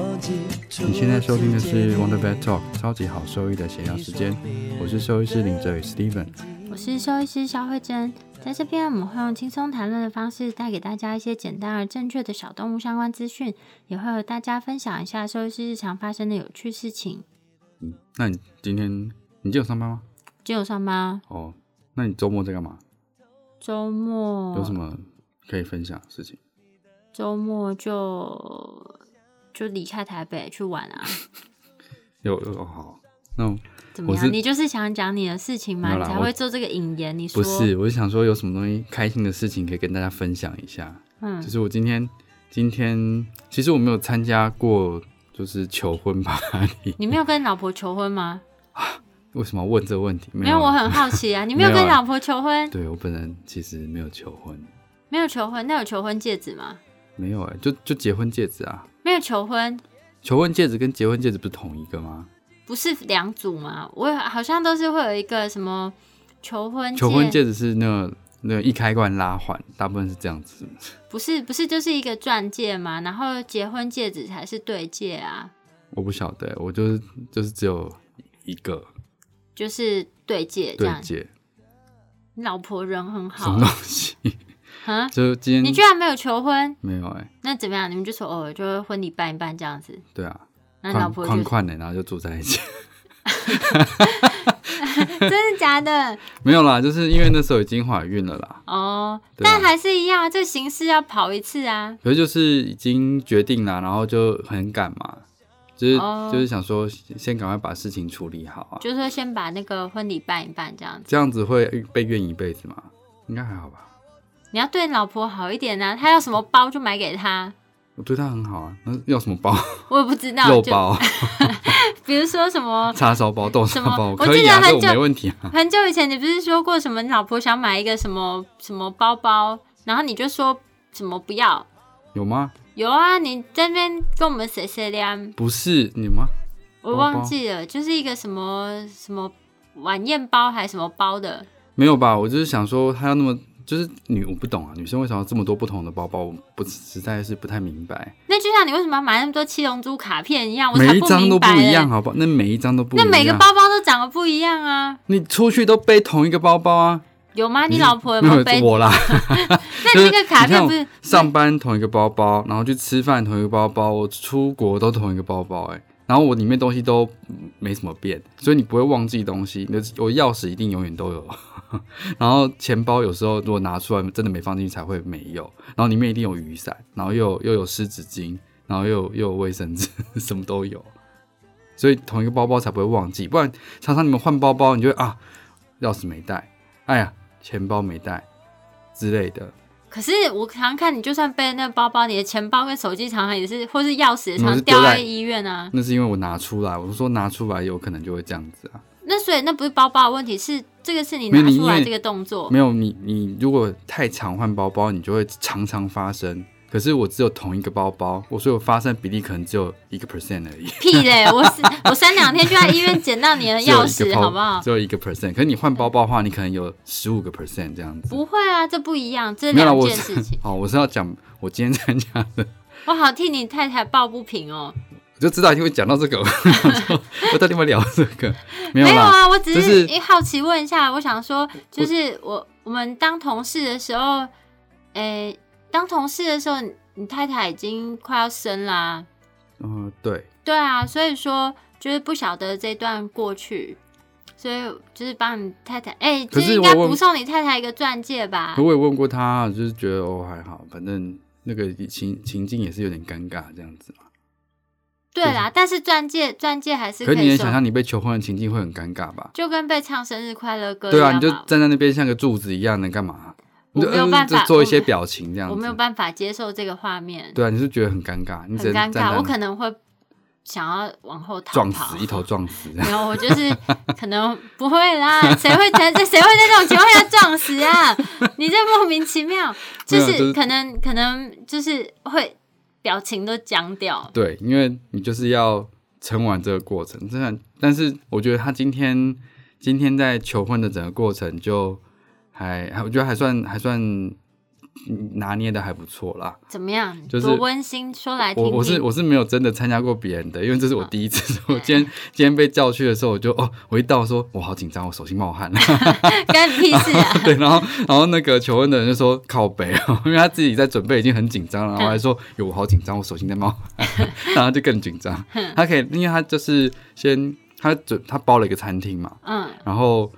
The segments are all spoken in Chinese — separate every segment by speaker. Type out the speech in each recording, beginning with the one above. Speaker 1: 你现在收听的是 Wonder Vet Talk 超级好兽医的闲聊时间，我是兽医师林哲宇 Steven。
Speaker 2: 我是兽医师肖慧珍，在这边我们会用轻松谈论的方式带给大家一些简单而正确的小动物相关资讯，也会和大家分享一下兽医师日常发生的有趣事情。
Speaker 1: 那你今天你今天有上班吗？
Speaker 2: 只有上班，
Speaker 1: 哦，那你周末在干嘛？
Speaker 2: 周
Speaker 1: 有什
Speaker 2: 末
Speaker 1: 么可以分享的事情？
Speaker 2: 周末就就离开台北去玩 啊？
Speaker 1: 有有哦好，那我
Speaker 2: 怎么
Speaker 1: 我是
Speaker 2: 样？你就是想讲你的事情
Speaker 1: 没
Speaker 2: 嘛，
Speaker 1: 有
Speaker 2: 你
Speaker 1: 啦
Speaker 2: 才
Speaker 1: 我
Speaker 2: 会做这个引言。你说
Speaker 1: 不是，我是想说有什么东西开心的事情可以跟大家分享一下。
Speaker 2: 嗯
Speaker 1: 就是我今天今天其实我没有参加过就是求婚 party，
Speaker 2: 你没有跟老婆求婚吗？
Speaker 1: 为什么要问这个问题？
Speaker 2: 没有，我
Speaker 1: 啊
Speaker 2: 很好奇啊，你没
Speaker 1: 没
Speaker 2: 有
Speaker 1: 有
Speaker 2: 跟
Speaker 1: 啊
Speaker 2: 老婆求婚，
Speaker 1: 对我本人其实没有求婚，
Speaker 2: 没有求婚，那有求婚戒指吗？
Speaker 1: 没有哎、就就结婚戒指啊，
Speaker 2: 没有求婚，
Speaker 1: 求婚戒指跟结婚戒指不是同一个吗？
Speaker 2: 不是两组吗？我好像都是会有一个什么求婚戒，
Speaker 1: 求婚戒指是那个那个一开罐拉环，大部分是这样子。
Speaker 2: 不是不是就是一个钻戒嘛，然后结婚戒指才是对戒啊，
Speaker 1: 我不晓得欸、我就是就是只有一个
Speaker 2: 就是对戒这
Speaker 1: 对
Speaker 2: 样。
Speaker 1: 戒，
Speaker 2: 你老婆人很
Speaker 1: 什
Speaker 2: 好
Speaker 1: 么东西？
Speaker 2: 啊，
Speaker 1: 就今
Speaker 2: 你
Speaker 1: 天
Speaker 2: 居然没有求婚，
Speaker 1: 没有哎、
Speaker 2: 那怎么样？你们就说哦，就婚礼办一办这样子。
Speaker 1: 对啊，
Speaker 2: 那你老
Speaker 1: 宽
Speaker 2: 婆
Speaker 1: 宽
Speaker 2: 就
Speaker 1: 宽的、然后就住在一起。
Speaker 2: 真的假的
Speaker 1: 没有啦，就是因为那时候已经怀孕了啦，
Speaker 2: 哦，
Speaker 1: 对啊
Speaker 2: 但还是一样，这形式要跑一次啊。
Speaker 1: 可是就是已经决定啦，然后就很赶嘛，就是、
Speaker 2: 哦
Speaker 1: 就是想说先赶快把事情处理好啊，
Speaker 2: 就是说先把那个婚礼办一办，这样子。
Speaker 1: 这样子会被怨一辈子嘛？应该还好吧？
Speaker 2: 你要对老婆好一点啊，她要什么包就买给她，
Speaker 1: 我对他很好啊，那要什么包？
Speaker 2: 我也不知道。
Speaker 1: 肉
Speaker 2: 就
Speaker 1: 包、
Speaker 2: 比如说什么，
Speaker 1: 叉烧包、豆
Speaker 2: 什
Speaker 1: 沙
Speaker 2: 么
Speaker 1: 包，
Speaker 2: 我
Speaker 1: 可以
Speaker 2: 记得
Speaker 1: 啊，
Speaker 2: 很
Speaker 1: 这我
Speaker 2: 久
Speaker 1: 没问题啊。
Speaker 2: 很久以前你不是说过什么，你老婆想买一个什么什么包包，然后你就说什么不要。
Speaker 1: 有吗？
Speaker 2: 有啊，你在那边跟我们谁谁的，
Speaker 1: 不是你吗？
Speaker 2: 我忘记了，就是一个什么什么晚宴包还是什么包的，
Speaker 1: 没有吧？我就是想说，他要那么就是女，我不懂啊，女生为什么要这么多不同的包包？我不实在是不太明白，
Speaker 2: 那就像你为什么要买那么多七龙珠卡片一样，我才
Speaker 1: 每一张都
Speaker 2: 明
Speaker 1: 不
Speaker 2: 白
Speaker 1: 一
Speaker 2: 嘞
Speaker 1: 样，。好不好？那每一张都不一
Speaker 2: 那
Speaker 1: 样，
Speaker 2: 每个包包都长得不一样啊，
Speaker 1: 你出去都背同一个包包啊？
Speaker 2: 有吗？你老婆有没有背？
Speaker 1: 我啦？
Speaker 2: 那你那个卡片不
Speaker 1: 就是你看我上班同一个包包，然后去吃饭同一个包包，我出国都同一个包包、欸，然后我里面东西都嗯没什么变，所以你不会忘记东西。你的我钥匙一定永远都有， 然后钱包有时候如果拿出来真的没放进去才会没有，然后里面一定有雨伞，然后又有又有湿纸巾，然后又有又有卫生纸， 什么都有。所以同一个包包才不会忘记，不然常常你们换包包，你就会啊，钥匙没带，哎呀，钱包没带之类的，
Speaker 2: 可是我常常看你，就算背那个包包，你的钱包跟手机常常也是，或是钥匙也常
Speaker 1: 我
Speaker 2: 常
Speaker 1: 是丢
Speaker 2: 掉
Speaker 1: 嗯在
Speaker 2: 在医院啊。
Speaker 1: 那是因为我拿出来，我是说拿出来有可能就会这样子啊。
Speaker 2: 那所以那不是包包的问题，是这个是你
Speaker 1: 没有
Speaker 2: 拿
Speaker 1: 你
Speaker 2: 出来
Speaker 1: 因为
Speaker 2: 这个动作。
Speaker 1: 没有你，你如果太常换包包，你就会常常发生。可是我只有同一个包包，我所以我发生比例可能只有一个 percent 而已，
Speaker 2: 屁嘞！我是我三两天就在医院捡到 你的
Speaker 1: 只有
Speaker 2: 钥
Speaker 1: 一个
Speaker 2: 匙，
Speaker 1: 包
Speaker 2: 好不好？
Speaker 1: 只有一个 percent。可是你换包包的话，你可能有十五个 percent 这样子。
Speaker 2: 不会啊，这不一样，这
Speaker 1: 没有啦，
Speaker 2: 两
Speaker 1: 我
Speaker 2: 件事情。
Speaker 1: 哦，我是要讲我今天参加的，
Speaker 2: 我好替你太太抱不平哦。
Speaker 1: 我就知道一定会讲到这个，我 想说我到底有没有聊这个？ 没有
Speaker 2: 没有
Speaker 1: 啦，
Speaker 2: 啊，我只
Speaker 1: 就是
Speaker 2: 是好奇问一下，我想说，就是我我们当同事的时候，诶、当同事的时候，你你太太已经快要生啦、
Speaker 1: 嗯、对，
Speaker 2: 对啊，所以说就是不晓得这段过去，所以就是帮你太太，哎、
Speaker 1: 可
Speaker 2: 这
Speaker 1: 是
Speaker 2: 应该
Speaker 1: 我问
Speaker 2: 不送你太太一个钻戒吧
Speaker 1: 可？我也问过他，就是觉得哦还好，反正那个情情境也是有点尴尬这样子嘛。
Speaker 2: 对啦，但是钻戒钻戒还是
Speaker 1: 可是你
Speaker 2: 以
Speaker 1: 能
Speaker 2: 送
Speaker 1: 想，象你被求婚的情境会很尴尬吧？
Speaker 2: 就跟被唱生日快乐歌一
Speaker 1: 对啊，
Speaker 2: 样
Speaker 1: 你就
Speaker 2: 吧。
Speaker 1: 站在那边像个柱子一样，能干嘛？
Speaker 2: 我
Speaker 1: 你就
Speaker 2: 没有
Speaker 1: 呃
Speaker 2: 办法
Speaker 1: 就做一些
Speaker 2: 我
Speaker 1: 表情这样子。
Speaker 2: 我没有办法接受这个画面，
Speaker 1: 对啊，你是觉得很尴尬，你只
Speaker 2: 很
Speaker 1: 能站
Speaker 2: 尴
Speaker 1: 在
Speaker 2: 尬，我
Speaker 1: 那
Speaker 2: 可能会想要往后逃
Speaker 1: 撞
Speaker 2: 跑
Speaker 1: 死， 一头撞死这样。
Speaker 2: 没有，我就是可能不会啦，谁会在这谁会在这种情况下撞死啊？你这莫名其妙，就
Speaker 1: 没有就是
Speaker 2: 是可能可能就是会表情都僵掉，
Speaker 1: 对，因为你就是要撑完这个过程。真的，但是我觉得他今天今天在求婚的整个过程就还还，我觉得还算还算嗯拿捏的还不错啦。
Speaker 2: 怎么样？
Speaker 1: 就是
Speaker 2: 多温馨，说来听
Speaker 1: 我
Speaker 2: 啊听。哦
Speaker 1: 我是 我是没有真的参加过别人的，因为这是我第一次。我今天今天被叫去的时候，我就哦，我一到说，我好紧张，我手心冒汗。
Speaker 2: 干你屁事啊！
Speaker 1: 对，然后然后那个求婚的人就说靠背哦， 因为他自己在准备已经很紧张了，然
Speaker 2: 嗯
Speaker 1: 后还说有我好紧张，我手心在冒 汗，然后他就更紧张。
Speaker 2: 嗯
Speaker 1: 他可以，因为他就是先他准他包了一个餐厅嘛，
Speaker 2: 嗯
Speaker 1: 然后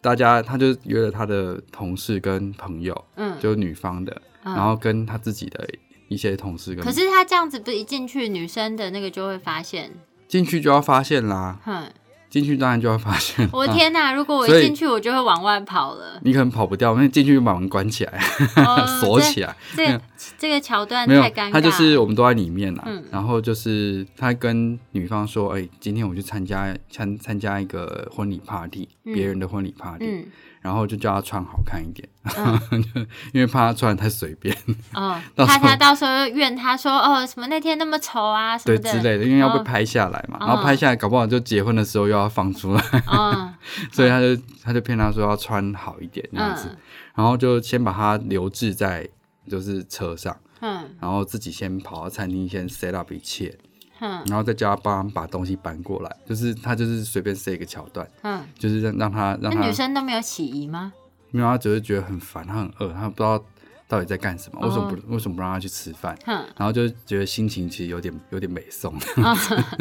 Speaker 1: 大家他就约了他的同事跟朋友，
Speaker 2: 嗯，
Speaker 1: 就是女方的，
Speaker 2: 嗯
Speaker 1: 然后跟他自己的一些同事跟
Speaker 2: 可是他这样子不是一进去，女生的那个就会发现，
Speaker 1: 进去就要发现啦，
Speaker 2: 哼，
Speaker 1: 进去当然就要发现。
Speaker 2: 我的！天哪、如果我
Speaker 1: 啊所
Speaker 2: 一
Speaker 1: 以。
Speaker 2: 进去，我就会往外跑 了
Speaker 1: 你可能跑不掉，因为进去就把门关起来、
Speaker 2: 哦
Speaker 1: 锁起来。
Speaker 2: 这这这个桥段
Speaker 1: 没有
Speaker 2: 太尴尬，了。
Speaker 1: 他就是我们都在里面啦。啊
Speaker 2: 嗯
Speaker 1: 然后就是他跟女方说：“哎、今天我去参加参参加一个婚礼 party，
Speaker 2: 嗯
Speaker 1: 别、人的婚礼 party，、
Speaker 2: 嗯
Speaker 1: 然后就叫他穿好看一点， 因为怕他穿的太随便，
Speaker 2: 哦，
Speaker 1: 到时
Speaker 2: 怕
Speaker 1: 候
Speaker 2: 他到时候又怨他说哦什么那天那么丑啊什
Speaker 1: 对
Speaker 2: 么
Speaker 1: 之
Speaker 2: 的，
Speaker 1: 类的，因为要被
Speaker 2: 嗯
Speaker 1: 拍下来嘛。
Speaker 2: 嗯
Speaker 1: 然后拍下来，搞不好就结婚的时候又要放出来，
Speaker 2: 嗯
Speaker 1: 所以他就他就骗他说要穿好一点这样子，
Speaker 2: 嗯
Speaker 1: 然后就先把他留置在就是车上，
Speaker 2: 嗯
Speaker 1: 然后自己先跑到餐厅先 set up 一切，
Speaker 2: 嗯
Speaker 1: 然后再叫他帮他把东西搬过来，就是他就是随便塞一个桥段，
Speaker 2: 嗯，
Speaker 1: 就是让让他让
Speaker 2: 那
Speaker 1: 他
Speaker 2: 女生都没有起疑吗？
Speaker 1: 没有他只是觉得很烦，他很饿，他不知道到底在干什么，
Speaker 2: 哦
Speaker 1: 为什么不为什么不让他去吃饭？
Speaker 2: 哼，
Speaker 1: 然后就觉得心情其实有点有点美送，
Speaker 2: 哦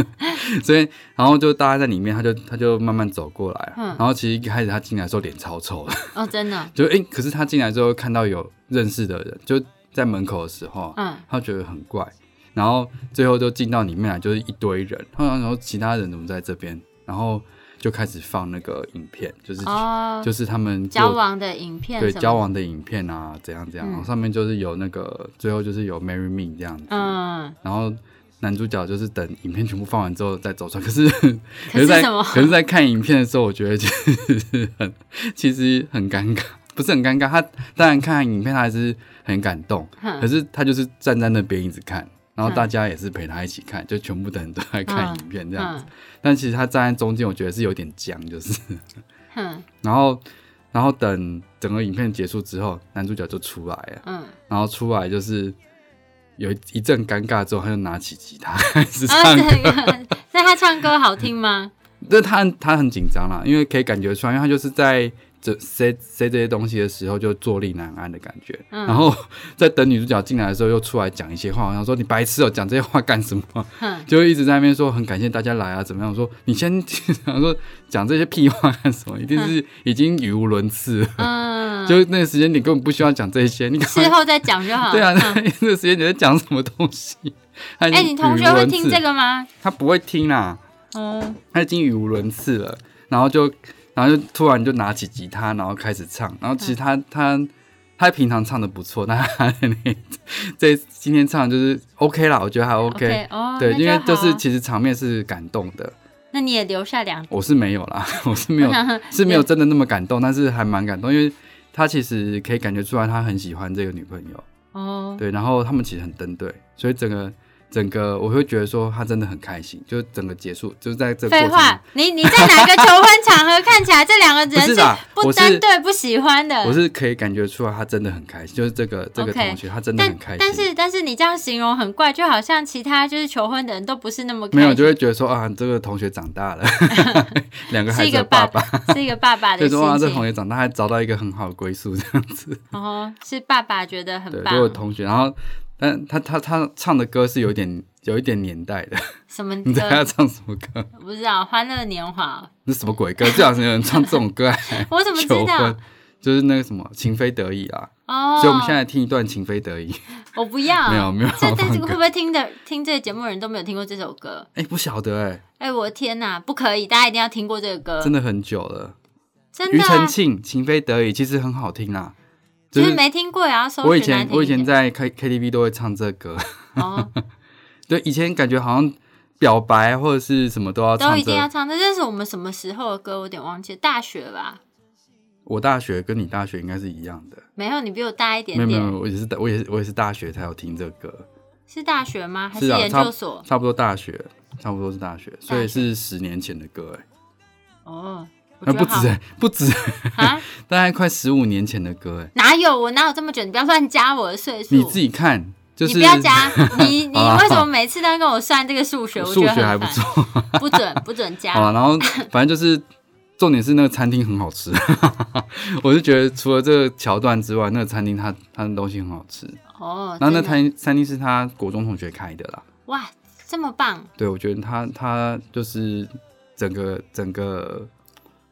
Speaker 1: 所以然后就大家在里面，他就他就慢慢走过来，
Speaker 2: 嗯
Speaker 1: 然后其实一开始他进来的时候脸超臭的，
Speaker 2: 哦真的，
Speaker 1: 就诶，可是他进来之后看到有认识的人，就在门口的时候，
Speaker 2: 嗯
Speaker 1: 他觉得很怪，然后最后就进到里面来，就是一堆人，然后然后其他人怎么在这边，然后就开始放那个影片，就是、
Speaker 2: 哦，
Speaker 1: 就是他们
Speaker 2: 交
Speaker 1: 就
Speaker 2: 往的影片
Speaker 1: 对
Speaker 2: 什么
Speaker 1: 交，往的影片啊，怎样怎样，
Speaker 2: 嗯
Speaker 1: 然后上面就是有那个最后就是有 marry me 这样子，
Speaker 2: 嗯，
Speaker 1: 然后。男主角就是等影片全部放完之后再走出来，可 是可
Speaker 2: 可是
Speaker 1: 在
Speaker 2: 什么
Speaker 1: 可是在看影片的时候，我觉得其实很其实很尴尬，不是很尴尬。他当然看影片，他还是很感动，可
Speaker 2: 哼
Speaker 1: 是他就是站在那边一直看，然后大家也是陪他一起看，就全部的人都在看影片这样子。
Speaker 2: 嗯
Speaker 1: 但其实他站在中间，我觉得是有点僵，就是。
Speaker 2: 哼
Speaker 1: 然后，然后等整个影片结束之后，男主角就出来了，
Speaker 2: 嗯，
Speaker 1: 然后出来就是有一一阵尴尬之后，他就拿起吉他 开始
Speaker 2: 啊
Speaker 1: 唱
Speaker 2: 这
Speaker 1: 歌。
Speaker 2: 个，那他唱歌好听吗？
Speaker 1: 那、他他很紧张啦，因为可以感觉出来，因为他就是在。这塞塞这些东西的时候，就坐立难安的感觉。
Speaker 2: 嗯
Speaker 1: 然后在等女主角进来的时候，又出来讲一些话，然后说：“你白痴哦、讲这些话干什么？”
Speaker 2: 哼，
Speaker 1: 就一直在那边说很感谢大家来啊，怎么样？我说你先 想说讲这些屁话干什么？一定是已经语无伦次了，
Speaker 2: 嗯，
Speaker 1: 就那个时间点根本不需要讲这些，你赶
Speaker 2: 事
Speaker 1: 快
Speaker 2: 后再讲就好。
Speaker 1: 对啊，
Speaker 2: 嗯
Speaker 1: 那 那个时间点在讲什么东西？哎
Speaker 2: 哎，你同学会听这
Speaker 1: 个？
Speaker 2: 个吗？
Speaker 1: 他不会听啊啦，
Speaker 2: 哦，
Speaker 1: 他已经语无伦次了，然后就然后就突然就拿起吉他，然后开始唱，然后其实他、他。他平常唱的不错，但他那 这今天唱就是 OK 啦，我觉得还 OK。
Speaker 2: 哦，
Speaker 1: 对，
Speaker 2: 那
Speaker 1: 因为
Speaker 2: 好
Speaker 1: 就是
Speaker 2: 啊
Speaker 1: 其实场面是感动的，
Speaker 2: 那你也留下两
Speaker 1: 我是没有啦， 我是没 有
Speaker 2: 想
Speaker 1: 是没有真的那么感动，但是还蛮感动，因为他其实可以感觉出来他很喜欢这个女朋友，
Speaker 2: 哦，
Speaker 1: 对，然后他们其实很登对，所以整个整个我会觉得说他真的很开心，就整个结束就是在这个
Speaker 2: 废
Speaker 1: 过程
Speaker 2: 话。，你你在哪个求婚场 合看起来这两个人
Speaker 1: 不是啦
Speaker 2: 不
Speaker 1: 我是
Speaker 2: 登对不喜欢的？
Speaker 1: 我是可以感觉出来，他真的很开心，就是这个这个
Speaker 2: 嗯 OK，
Speaker 1: 同学，他真的
Speaker 2: 但
Speaker 1: 很开心。
Speaker 2: 但是但是你这样形容很怪，就好像其他就是求婚的人都不是那么开
Speaker 1: 没有，就
Speaker 2: 心，
Speaker 1: 会觉得说啊，这个同学长大了， 两个
Speaker 2: 是
Speaker 1: 孩
Speaker 2: 一
Speaker 1: 子
Speaker 2: 个
Speaker 1: 的爸
Speaker 2: 爸
Speaker 1: 爸，
Speaker 2: 是一个爸 爸
Speaker 1: 就
Speaker 2: 的
Speaker 1: 说啊，这
Speaker 2: 心
Speaker 1: 同
Speaker 2: 情，
Speaker 1: 学长大，还找到一个很好的归宿，这样子。
Speaker 2: 哦，是爸爸觉得很
Speaker 1: 对，
Speaker 2: 棒
Speaker 1: 就，我同学，然后但他他他唱的歌是有一点有一点年代的，
Speaker 2: 什么
Speaker 1: 你猜他
Speaker 2: 歌？
Speaker 1: 唱什么歌？
Speaker 2: 我不知道《欢乐年华
Speaker 1: 那什么鬼歌？最好是有人唱这种歌来》，
Speaker 2: 我怎么
Speaker 1: 求
Speaker 2: 知道
Speaker 1: 婚？，就是那个什么《情非得已》啊。
Speaker 2: 哦，
Speaker 1: 所以我们现在听一段《情非得已》
Speaker 2: 我不要，
Speaker 1: 没有没有
Speaker 2: 这这
Speaker 1: 放
Speaker 2: 这个
Speaker 1: 歌
Speaker 2: 会不会听的听这个节目的人都没有听过这首歌？
Speaker 1: 哎，不晓得哎、
Speaker 2: 哎，我的天哪，不可以！大家一定要听过这个歌，
Speaker 1: 真的很久了。
Speaker 2: 真
Speaker 1: 庾
Speaker 2: 的啊
Speaker 1: 澄庆《情非得已》其实很好听啦，
Speaker 2: 就
Speaker 1: 就是是
Speaker 2: 没听过也要搜寻
Speaker 1: 我以
Speaker 2: 来
Speaker 1: 前
Speaker 2: 听
Speaker 1: 我以前
Speaker 2: 一下
Speaker 1: 在 K K T V 都会唱这歌，
Speaker 2: 哦，
Speaker 1: 对，以前感觉好像表白或者是什么都要
Speaker 2: 都
Speaker 1: 唱
Speaker 2: 一定
Speaker 1: 这
Speaker 2: 要。唱。那这是我们什么时候的歌？我有点忘记，大学吧？
Speaker 1: 我大学跟你大学应该是一样的。
Speaker 2: 没有，你比我大一
Speaker 1: 没有
Speaker 2: 点
Speaker 1: 没有，没
Speaker 2: 点，
Speaker 1: 有我也是大，我也是我也是大学才有听这个歌，
Speaker 2: 是大学吗？还
Speaker 1: 是啊
Speaker 2: 研
Speaker 1: 差
Speaker 2: 究所？
Speaker 1: 差不多大学，差不多是大学，所以是十年前的歌哎、
Speaker 2: 哦，我
Speaker 1: 那
Speaker 2: 觉
Speaker 1: 不
Speaker 2: 得好
Speaker 1: 止、欸，不止，
Speaker 2: 啊，
Speaker 1: 大概快十五年前的歌哎、
Speaker 2: 哪有我哪有这么久？你不要乱加我的岁数，
Speaker 1: 你自己看，就是
Speaker 2: 你不要 加，你你
Speaker 1: 好啦
Speaker 2: 为什么每次都要跟我算这个数学？我觉
Speaker 1: 数
Speaker 2: 得
Speaker 1: 学还
Speaker 2: 很
Speaker 1: 不
Speaker 2: 烦，
Speaker 1: 错，
Speaker 2: 不准不准
Speaker 1: 好
Speaker 2: 加。
Speaker 1: 了，然后反正就是重点是那个餐厅很好吃， 我就觉得除了这个桥段之外，那个餐厅它它的东西很好吃。
Speaker 2: 哦，
Speaker 1: 然后那
Speaker 2: 真的
Speaker 1: 餐餐厅是他国中同学开的啦，
Speaker 2: 哇，这么棒，
Speaker 1: 对我觉得他他就是整个整个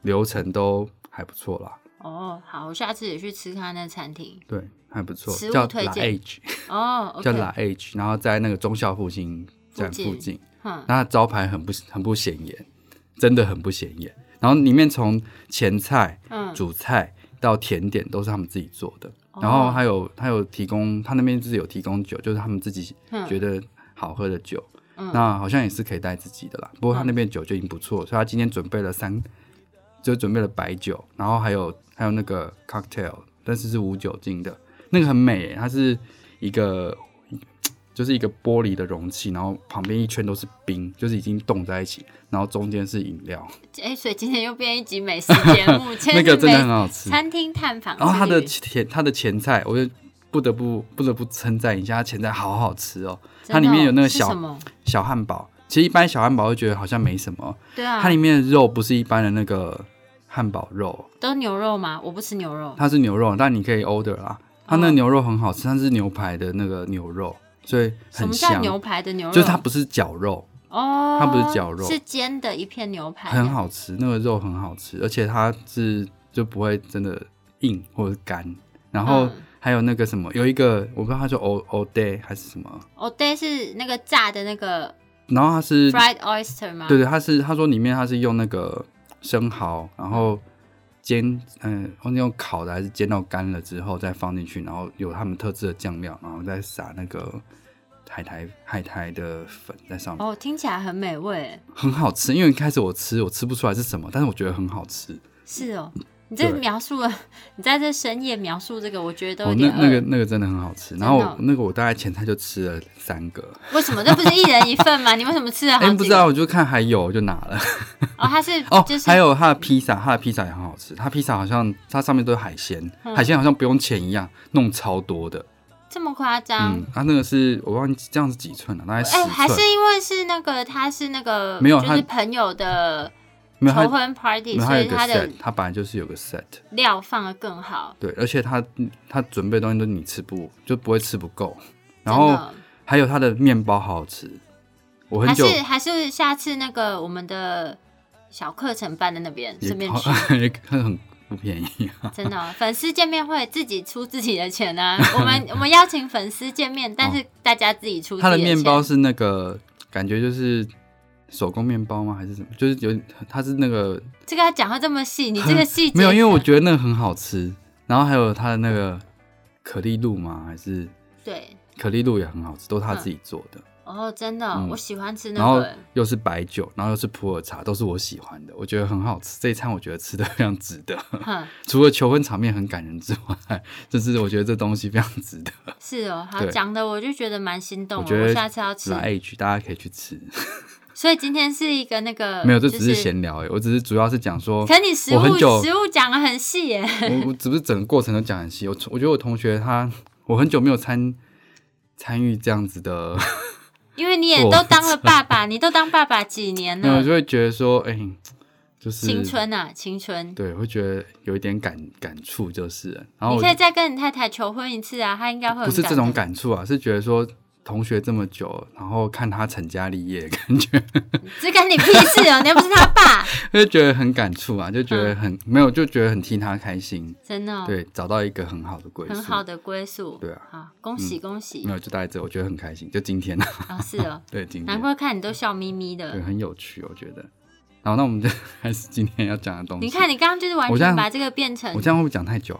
Speaker 1: 流程都还不错啦，
Speaker 2: 哦，好，我下次也去吃看那餐厅。
Speaker 1: 对，还不错
Speaker 2: 食，物
Speaker 1: 叫
Speaker 2: 推
Speaker 1: La
Speaker 2: 荐
Speaker 1: H，
Speaker 2: 哦 ，OK，
Speaker 1: 叫 La H，然后在那个中校复兴站
Speaker 2: 附近嗯
Speaker 1: 附近，
Speaker 2: 哼，
Speaker 1: 那它招牌很不很不显眼，真的很不显眼。然后里面从前菜、
Speaker 2: 嗯，哦
Speaker 1: 主菜到甜点都是他们自己做的，然后还有还有提供，他那边就是有提供酒，就是他们自己
Speaker 2: 嗯
Speaker 1: 觉得好喝的酒。
Speaker 2: 嗯
Speaker 1: 那好像也是可以带自己的啦，不过他那边酒就已经不错，所以他今天准备了三，就准备了白酒，然后还有还有那个 cocktail，但是是无酒精的，那个很美耶、欸它是一个就是一个玻璃的容器，然后旁边一圈都是冰，就是已经冻在一起，然后中间是饮料，
Speaker 2: 哎，所以今天又变一集美食节目，今
Speaker 1: 那
Speaker 2: 天
Speaker 1: 个
Speaker 2: 是
Speaker 1: 真的很
Speaker 2: 美
Speaker 1: 好吃。
Speaker 2: 餐厅探访之
Speaker 1: 然
Speaker 2: 旅。
Speaker 1: 后它的前它的前菜，我就不得不不得不称赞一下，它前菜好好吃哦。它
Speaker 2: 真的
Speaker 1: 里面有那
Speaker 2: 哦
Speaker 1: 个
Speaker 2: 是
Speaker 1: 小
Speaker 2: 什么
Speaker 1: 小汉堡，其实一般小汉堡会觉得好像没什么，
Speaker 2: 对啊
Speaker 1: 它，里面的肉不是一般的那个汉堡肉，
Speaker 2: 都牛肉吗？我不吃牛肉，
Speaker 1: 它是牛肉，但你可以 order 啦。它
Speaker 2: 哦
Speaker 1: 那个牛肉很好吃，它是牛排的那个牛肉，所以
Speaker 2: 什
Speaker 1: 很
Speaker 2: 么叫
Speaker 1: 香。
Speaker 2: 牛排的牛肉？
Speaker 1: 就是它不是绞肉，
Speaker 2: 哦，
Speaker 1: 它不是绞肉
Speaker 2: 是煎的一片牛排，
Speaker 1: 很。好吃，那个肉很好吃，而且它是就不会真的硬或者干。然后
Speaker 2: 嗯
Speaker 1: 还有那个什么，有一个我不知道它叫 o o day 还是什么，
Speaker 2: 哦，对，是那个炸的那个
Speaker 1: 然后它是
Speaker 2: fried oyster 吗？
Speaker 1: 对对，它是他说里面它是用那个生蚝，然后煎，嗯、忘记用烤的还是煎到干了之后再放进去，然后有他们特制的酱料，然后再撒那个海苔海苔的粉在上面，
Speaker 2: 哦，听起来很美味。
Speaker 1: 很好吃。因为一开始我吃我吃不出来是什么，但是我觉得很好吃。
Speaker 2: 是哦，你这
Speaker 1: 对
Speaker 2: 描述了，你在这深夜描述这个，我觉得都
Speaker 1: 哦
Speaker 2: 有，
Speaker 1: 那
Speaker 2: 点饿。
Speaker 1: 那个那个真的很好吃。然后
Speaker 2: 真的哦
Speaker 1: 我那个我大概前菜就吃了三个，
Speaker 2: 为什么？这不是一人一 份吗？你为什么吃了好
Speaker 1: 哎、
Speaker 2: 几啊个？
Speaker 1: 不知道我就看还有我就拿了。
Speaker 2: 哦，它是
Speaker 1: 哦，
Speaker 2: 就是
Speaker 1: 还有它的披萨，它的披萨也很好吃。它披萨好像它上面都是海鲜，
Speaker 2: 嗯
Speaker 1: 海鲜好像不用钱一样，弄超多的。
Speaker 2: 这么夸张
Speaker 1: 嗯？，它那个是我忘记这样是几寸了、大概十
Speaker 2: 哎、还
Speaker 1: 寸。
Speaker 2: 是因为是那个他是那个
Speaker 1: 没有
Speaker 2: 就
Speaker 1: 它
Speaker 2: 是朋友的
Speaker 1: 没有它
Speaker 2: 求，婚 party，
Speaker 1: 没有它
Speaker 2: 所
Speaker 1: 有
Speaker 2: 以
Speaker 1: 一个
Speaker 2: 他的
Speaker 1: set，它本来就是有个 set。
Speaker 2: 料放的更好。
Speaker 1: 对，而且它它准备的东西都你吃不就不会吃不够，然
Speaker 2: 真
Speaker 1: 后
Speaker 2: 的哦
Speaker 1: 还有它的面包好好吃，我很
Speaker 2: 还
Speaker 1: 久
Speaker 2: 是还是下次那个我们的小课程办在那边
Speaker 1: 也
Speaker 2: 顺便去，
Speaker 1: 好 也很不便宜、
Speaker 2: 真 的哦粉丝见面会自己出自己的钱啊。我们我们邀请粉丝见面，但是大家自己出
Speaker 1: 哦
Speaker 2: 自己
Speaker 1: 它的
Speaker 2: 钱
Speaker 1: 面包是那个感觉就是手工面包吗？还是什么？就是有它是那个
Speaker 2: 这个要讲到这么细，你这个细 节
Speaker 1: 没有，因为我觉得那个很好吃。然后还有它的那个可丽露嘛，还是
Speaker 2: 对
Speaker 1: 可丽露也很好吃，都是他自己做的。
Speaker 2: 哦，嗯真的哦、我喜欢吃
Speaker 1: 嗯然
Speaker 2: 那
Speaker 1: 后
Speaker 2: 个。
Speaker 1: 又是白酒，然后又是普洱茶，都是我喜欢的，我觉得很好吃。这一餐我觉得吃的非常值得，
Speaker 2: 哼，
Speaker 1: 除了求婚场面很感人之外，就是我觉得这东西非常值得。
Speaker 2: 是哦，好
Speaker 1: 对
Speaker 2: 讲的我就觉得蛮心
Speaker 1: 我
Speaker 2: 动了，
Speaker 1: 觉得
Speaker 2: 下次要吃。
Speaker 1: 来 H 大家可以去吃，
Speaker 2: 所以今天是一个那个
Speaker 1: 没有，这
Speaker 2: 呃就
Speaker 1: 只是闲聊而已。欸我只是主要是讲 说，
Speaker 2: 可你食
Speaker 1: 我
Speaker 2: 物
Speaker 1: 很久
Speaker 2: 食物讲的很细耶，
Speaker 1: 我我只是整个过程都讲很细。我我觉得我同学他，我很久没有参参与这样子的，
Speaker 2: 因为你也
Speaker 1: 我
Speaker 2: 都当了爸爸， 你都当爸爸几年
Speaker 1: 那我
Speaker 2: 了
Speaker 1: 就？会觉得说，哎、就是
Speaker 2: 青春啊，青春！
Speaker 1: 对，会觉得有一点感感触，就是了。然后
Speaker 2: 你
Speaker 1: 我
Speaker 2: 可以再跟你太太求婚一次啊，她应该会
Speaker 1: 不是
Speaker 2: 很
Speaker 1: 这种
Speaker 2: 动
Speaker 1: 感触啊，是觉得说同学这么久，然后看他成家立业，感觉
Speaker 2: 这跟你屁事哦，你又不是他爸，
Speaker 1: 就觉得很感触啊，就觉
Speaker 2: 嗯
Speaker 1: 得很、没有，就觉得很替他开心。
Speaker 2: 真的哦，
Speaker 1: 对，找到一个很好的归宿，
Speaker 2: 很好的归宿。
Speaker 1: 对嗯啊
Speaker 2: 好，恭喜恭喜
Speaker 1: 没有就大概这，我觉得很开心。就今天啊，
Speaker 2: 啊！是 哦，
Speaker 1: 对，今
Speaker 2: 难
Speaker 1: 天
Speaker 2: 怪看你都笑眯眯的
Speaker 1: 对。很有趣，我觉得。好，那我们就 开始今天要讲的东西。
Speaker 2: 你看，，你刚刚就是完
Speaker 1: 我这
Speaker 2: 全
Speaker 1: 样
Speaker 2: 把这个变成
Speaker 1: 我这样会不会讲太久？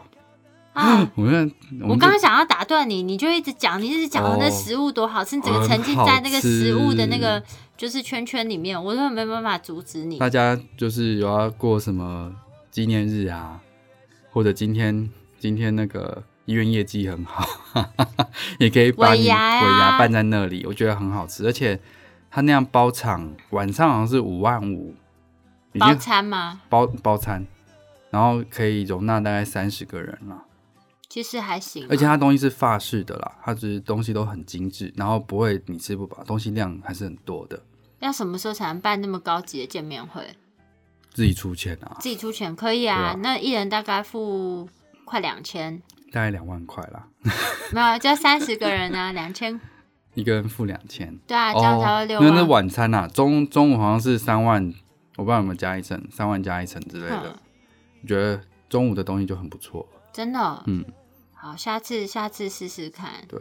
Speaker 2: 啊！
Speaker 1: 我现在我
Speaker 2: 我刚
Speaker 1: 刚
Speaker 2: 刚想要打断你，你就一直讲，你一直讲
Speaker 1: 哦
Speaker 2: 那食物多好吃，你整
Speaker 1: 哦
Speaker 2: 个
Speaker 1: 很
Speaker 2: 沉浸
Speaker 1: 好
Speaker 2: 在那个食物的那
Speaker 1: 吃
Speaker 2: 个就是圈圈里面，我根本没办法阻止你。
Speaker 1: 大家就是有要过什么纪念日啊，或者今天今天那个医院业绩很好， 也可以把
Speaker 2: 尾
Speaker 1: 你尾
Speaker 2: 牙呀
Speaker 1: 牙拌在那里，我觉得很好吃，而且他那样包场晚上好像是五万五，已
Speaker 2: 包
Speaker 1: 经
Speaker 2: 餐吗？
Speaker 1: 包包餐，然后可以容纳大概三十个人啦。
Speaker 2: 其实还行啊，
Speaker 1: 而且它东西是法式的啦，它就是东西都很精致，然后不会你吃不饱，东西量还是很多的，
Speaker 2: 要什么时候才能办那么高级的见面会？
Speaker 1: 自己出钱啊，
Speaker 2: 自己出钱可以啊，
Speaker 1: 对啊
Speaker 2: 那一人大概付快两千，
Speaker 1: 大概两万块啦，
Speaker 2: 没有，啊就三十个人啊，两千，
Speaker 1: 一个人付两千。
Speaker 2: 对啊，这样才会
Speaker 1: 哦
Speaker 2: 六
Speaker 1: 那
Speaker 2: 万。
Speaker 1: 那晚餐啊，中中午好像是三万，我不知道有没有加一层，三万加一层之类的
Speaker 2: 嗯。
Speaker 1: 我觉得中午的东西就很不错。
Speaker 2: 真的，
Speaker 1: 嗯，
Speaker 2: 好，下次下次试试看，
Speaker 1: 对，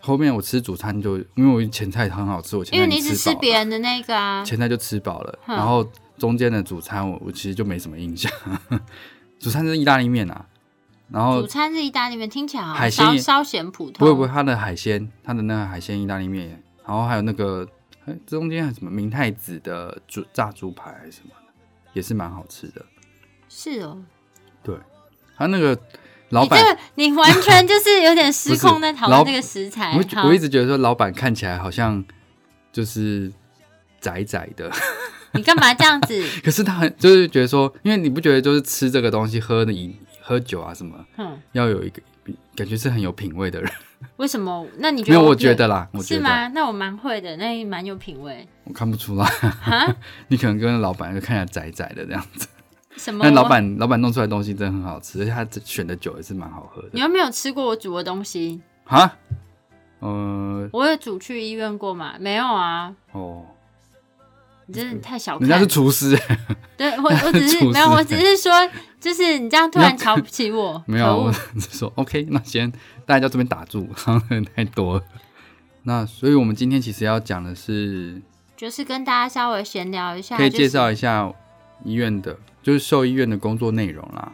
Speaker 1: 后面我吃主餐就，因为我前菜很好吃，我前
Speaker 2: 因为
Speaker 1: 菜
Speaker 2: 你
Speaker 1: 已
Speaker 2: 只
Speaker 1: 经
Speaker 2: 吃
Speaker 1: 饱
Speaker 2: 别嗯
Speaker 1: 了
Speaker 2: 人的那个啊，
Speaker 1: 前菜就吃饱了，
Speaker 2: 哼
Speaker 1: 然后中间的主餐我我其实就没什么印象。 主餐是意大利面啊，然后
Speaker 2: 主餐是意大利面，听起来好像
Speaker 1: 海鲜
Speaker 2: 稍
Speaker 1: 也
Speaker 2: 稍显普通，
Speaker 1: 不会不会，它的海鲜，它的那个海鲜意大利面，然后还有那个哎中间还有什么明太子的猪炸猪排还是什么的，也是蛮好吃的。
Speaker 2: 是哦，
Speaker 1: 对，他那个老
Speaker 2: 你
Speaker 1: 板
Speaker 2: 这，个你完 全就是有点失
Speaker 1: 不是
Speaker 2: 控在讨论
Speaker 1: 老
Speaker 2: 这个食材，
Speaker 1: 我
Speaker 2: 好
Speaker 1: 我一直觉得说老板看起来好像就是窄窄的，
Speaker 2: 你干嘛这样子？
Speaker 1: 可是他很就是觉得说，因为你不觉得就是吃这个东西喝的饮喝酒啊什么，
Speaker 2: 哼，
Speaker 1: 要有一个感觉是很有品味的人。
Speaker 2: 为什么？那你觉
Speaker 1: 没
Speaker 2: 得
Speaker 1: 有，我
Speaker 2: 比较
Speaker 1: 觉得啦，我觉得
Speaker 2: 是吗？那我蛮会的，那也蛮有品味
Speaker 1: 我看不出来，
Speaker 2: 哈，
Speaker 1: 你可能跟老板就看起来窄窄的这样子。
Speaker 2: 什么？
Speaker 1: 但老，板老板弄出来的东西真的很好吃，而且他选的酒也是蛮好喝
Speaker 2: 你
Speaker 1: 的。
Speaker 2: 又没有吃过我煮的东西，
Speaker 1: 哈，呃，
Speaker 2: 我有煮去医院过嘛？没有啊，
Speaker 1: 哦，
Speaker 2: 你真的太小
Speaker 1: 人
Speaker 2: 看。
Speaker 1: 家是厨师、欸，
Speaker 2: 对我，我只
Speaker 1: 厨
Speaker 2: 是
Speaker 1: 师
Speaker 2: 没有，我只 是说，就是你这样突然瞧不起我，
Speaker 1: 没
Speaker 2: 可
Speaker 1: 有，啊
Speaker 2: 恶
Speaker 1: 我 只是说 OK，那先大家就这边打住， 好像人太多了。那所以我们今天其实要讲的是，
Speaker 2: 就是跟大家稍微闲聊一下，
Speaker 1: 可以介
Speaker 2: 就是
Speaker 1: 绍一下医院的，就是兽医院的工作内容啦，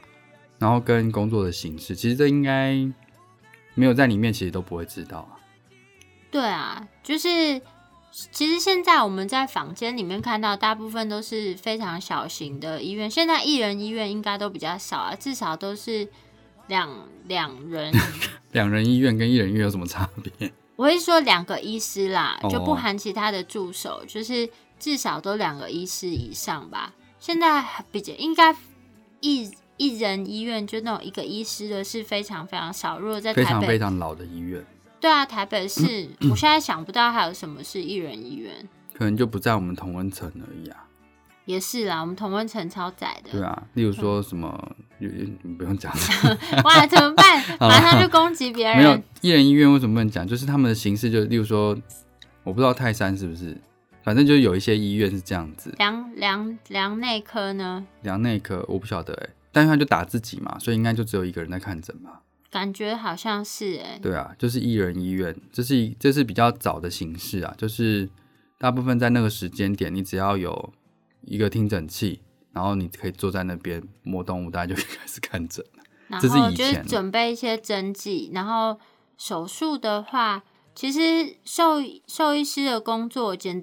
Speaker 1: 然后跟工作的形式，其实这应该没有在里面，其实都不会知道啊。
Speaker 2: 对啊，就是其实现在我们在坊间里面看到，大部分都是非常小型的医院。现在一人医院应该都比较少啊，至少都是两两人。
Speaker 1: 两人医院跟一人医院有什么差别？
Speaker 2: 我是说两个医师啦，
Speaker 1: 哦
Speaker 2: 就不含其他的助手，就是至少都两个医师以上吧。现在比较应该一一人医院就那种一个医师的是非常非常少。如果在
Speaker 1: 非
Speaker 2: 台
Speaker 1: 常嗯非
Speaker 2: 北，
Speaker 1: 常老的医院，
Speaker 2: 对啊，台北市，我现在想不到还有什么是一人医院。
Speaker 1: 可能就不在我们同温层而已啊。
Speaker 2: 也是啦，我们同温层超窄的。
Speaker 1: 对啊，例如说什么，有有你不用讲，
Speaker 2: 哇，怎么办？
Speaker 1: 好
Speaker 2: 马上就攻击别
Speaker 1: 没有
Speaker 2: 人。
Speaker 1: 一人医院为什么不能讲？就是他们的形式就，例如说，我不知道泰山是不是，反正就有一些医院是这样子，
Speaker 2: 梁梁梁内科呢，
Speaker 1: 量内科我不晓得哎、但是他就打自己嘛，所以应该就只有一个人在看诊嘛。
Speaker 2: 感觉好像是哎、
Speaker 1: 对啊，就是一人医院，这是一这是比较早的形式啊，就是大部分在那个时间点，你只要有一个听诊器，然后你可以坐在那边摸动物，大家就可以开始看 诊。
Speaker 2: 然
Speaker 1: 这是
Speaker 2: 后
Speaker 1: 以
Speaker 2: 就
Speaker 1: 前
Speaker 2: 是准备一些针剂，然后手术的话，其实兽医兽医师的工作简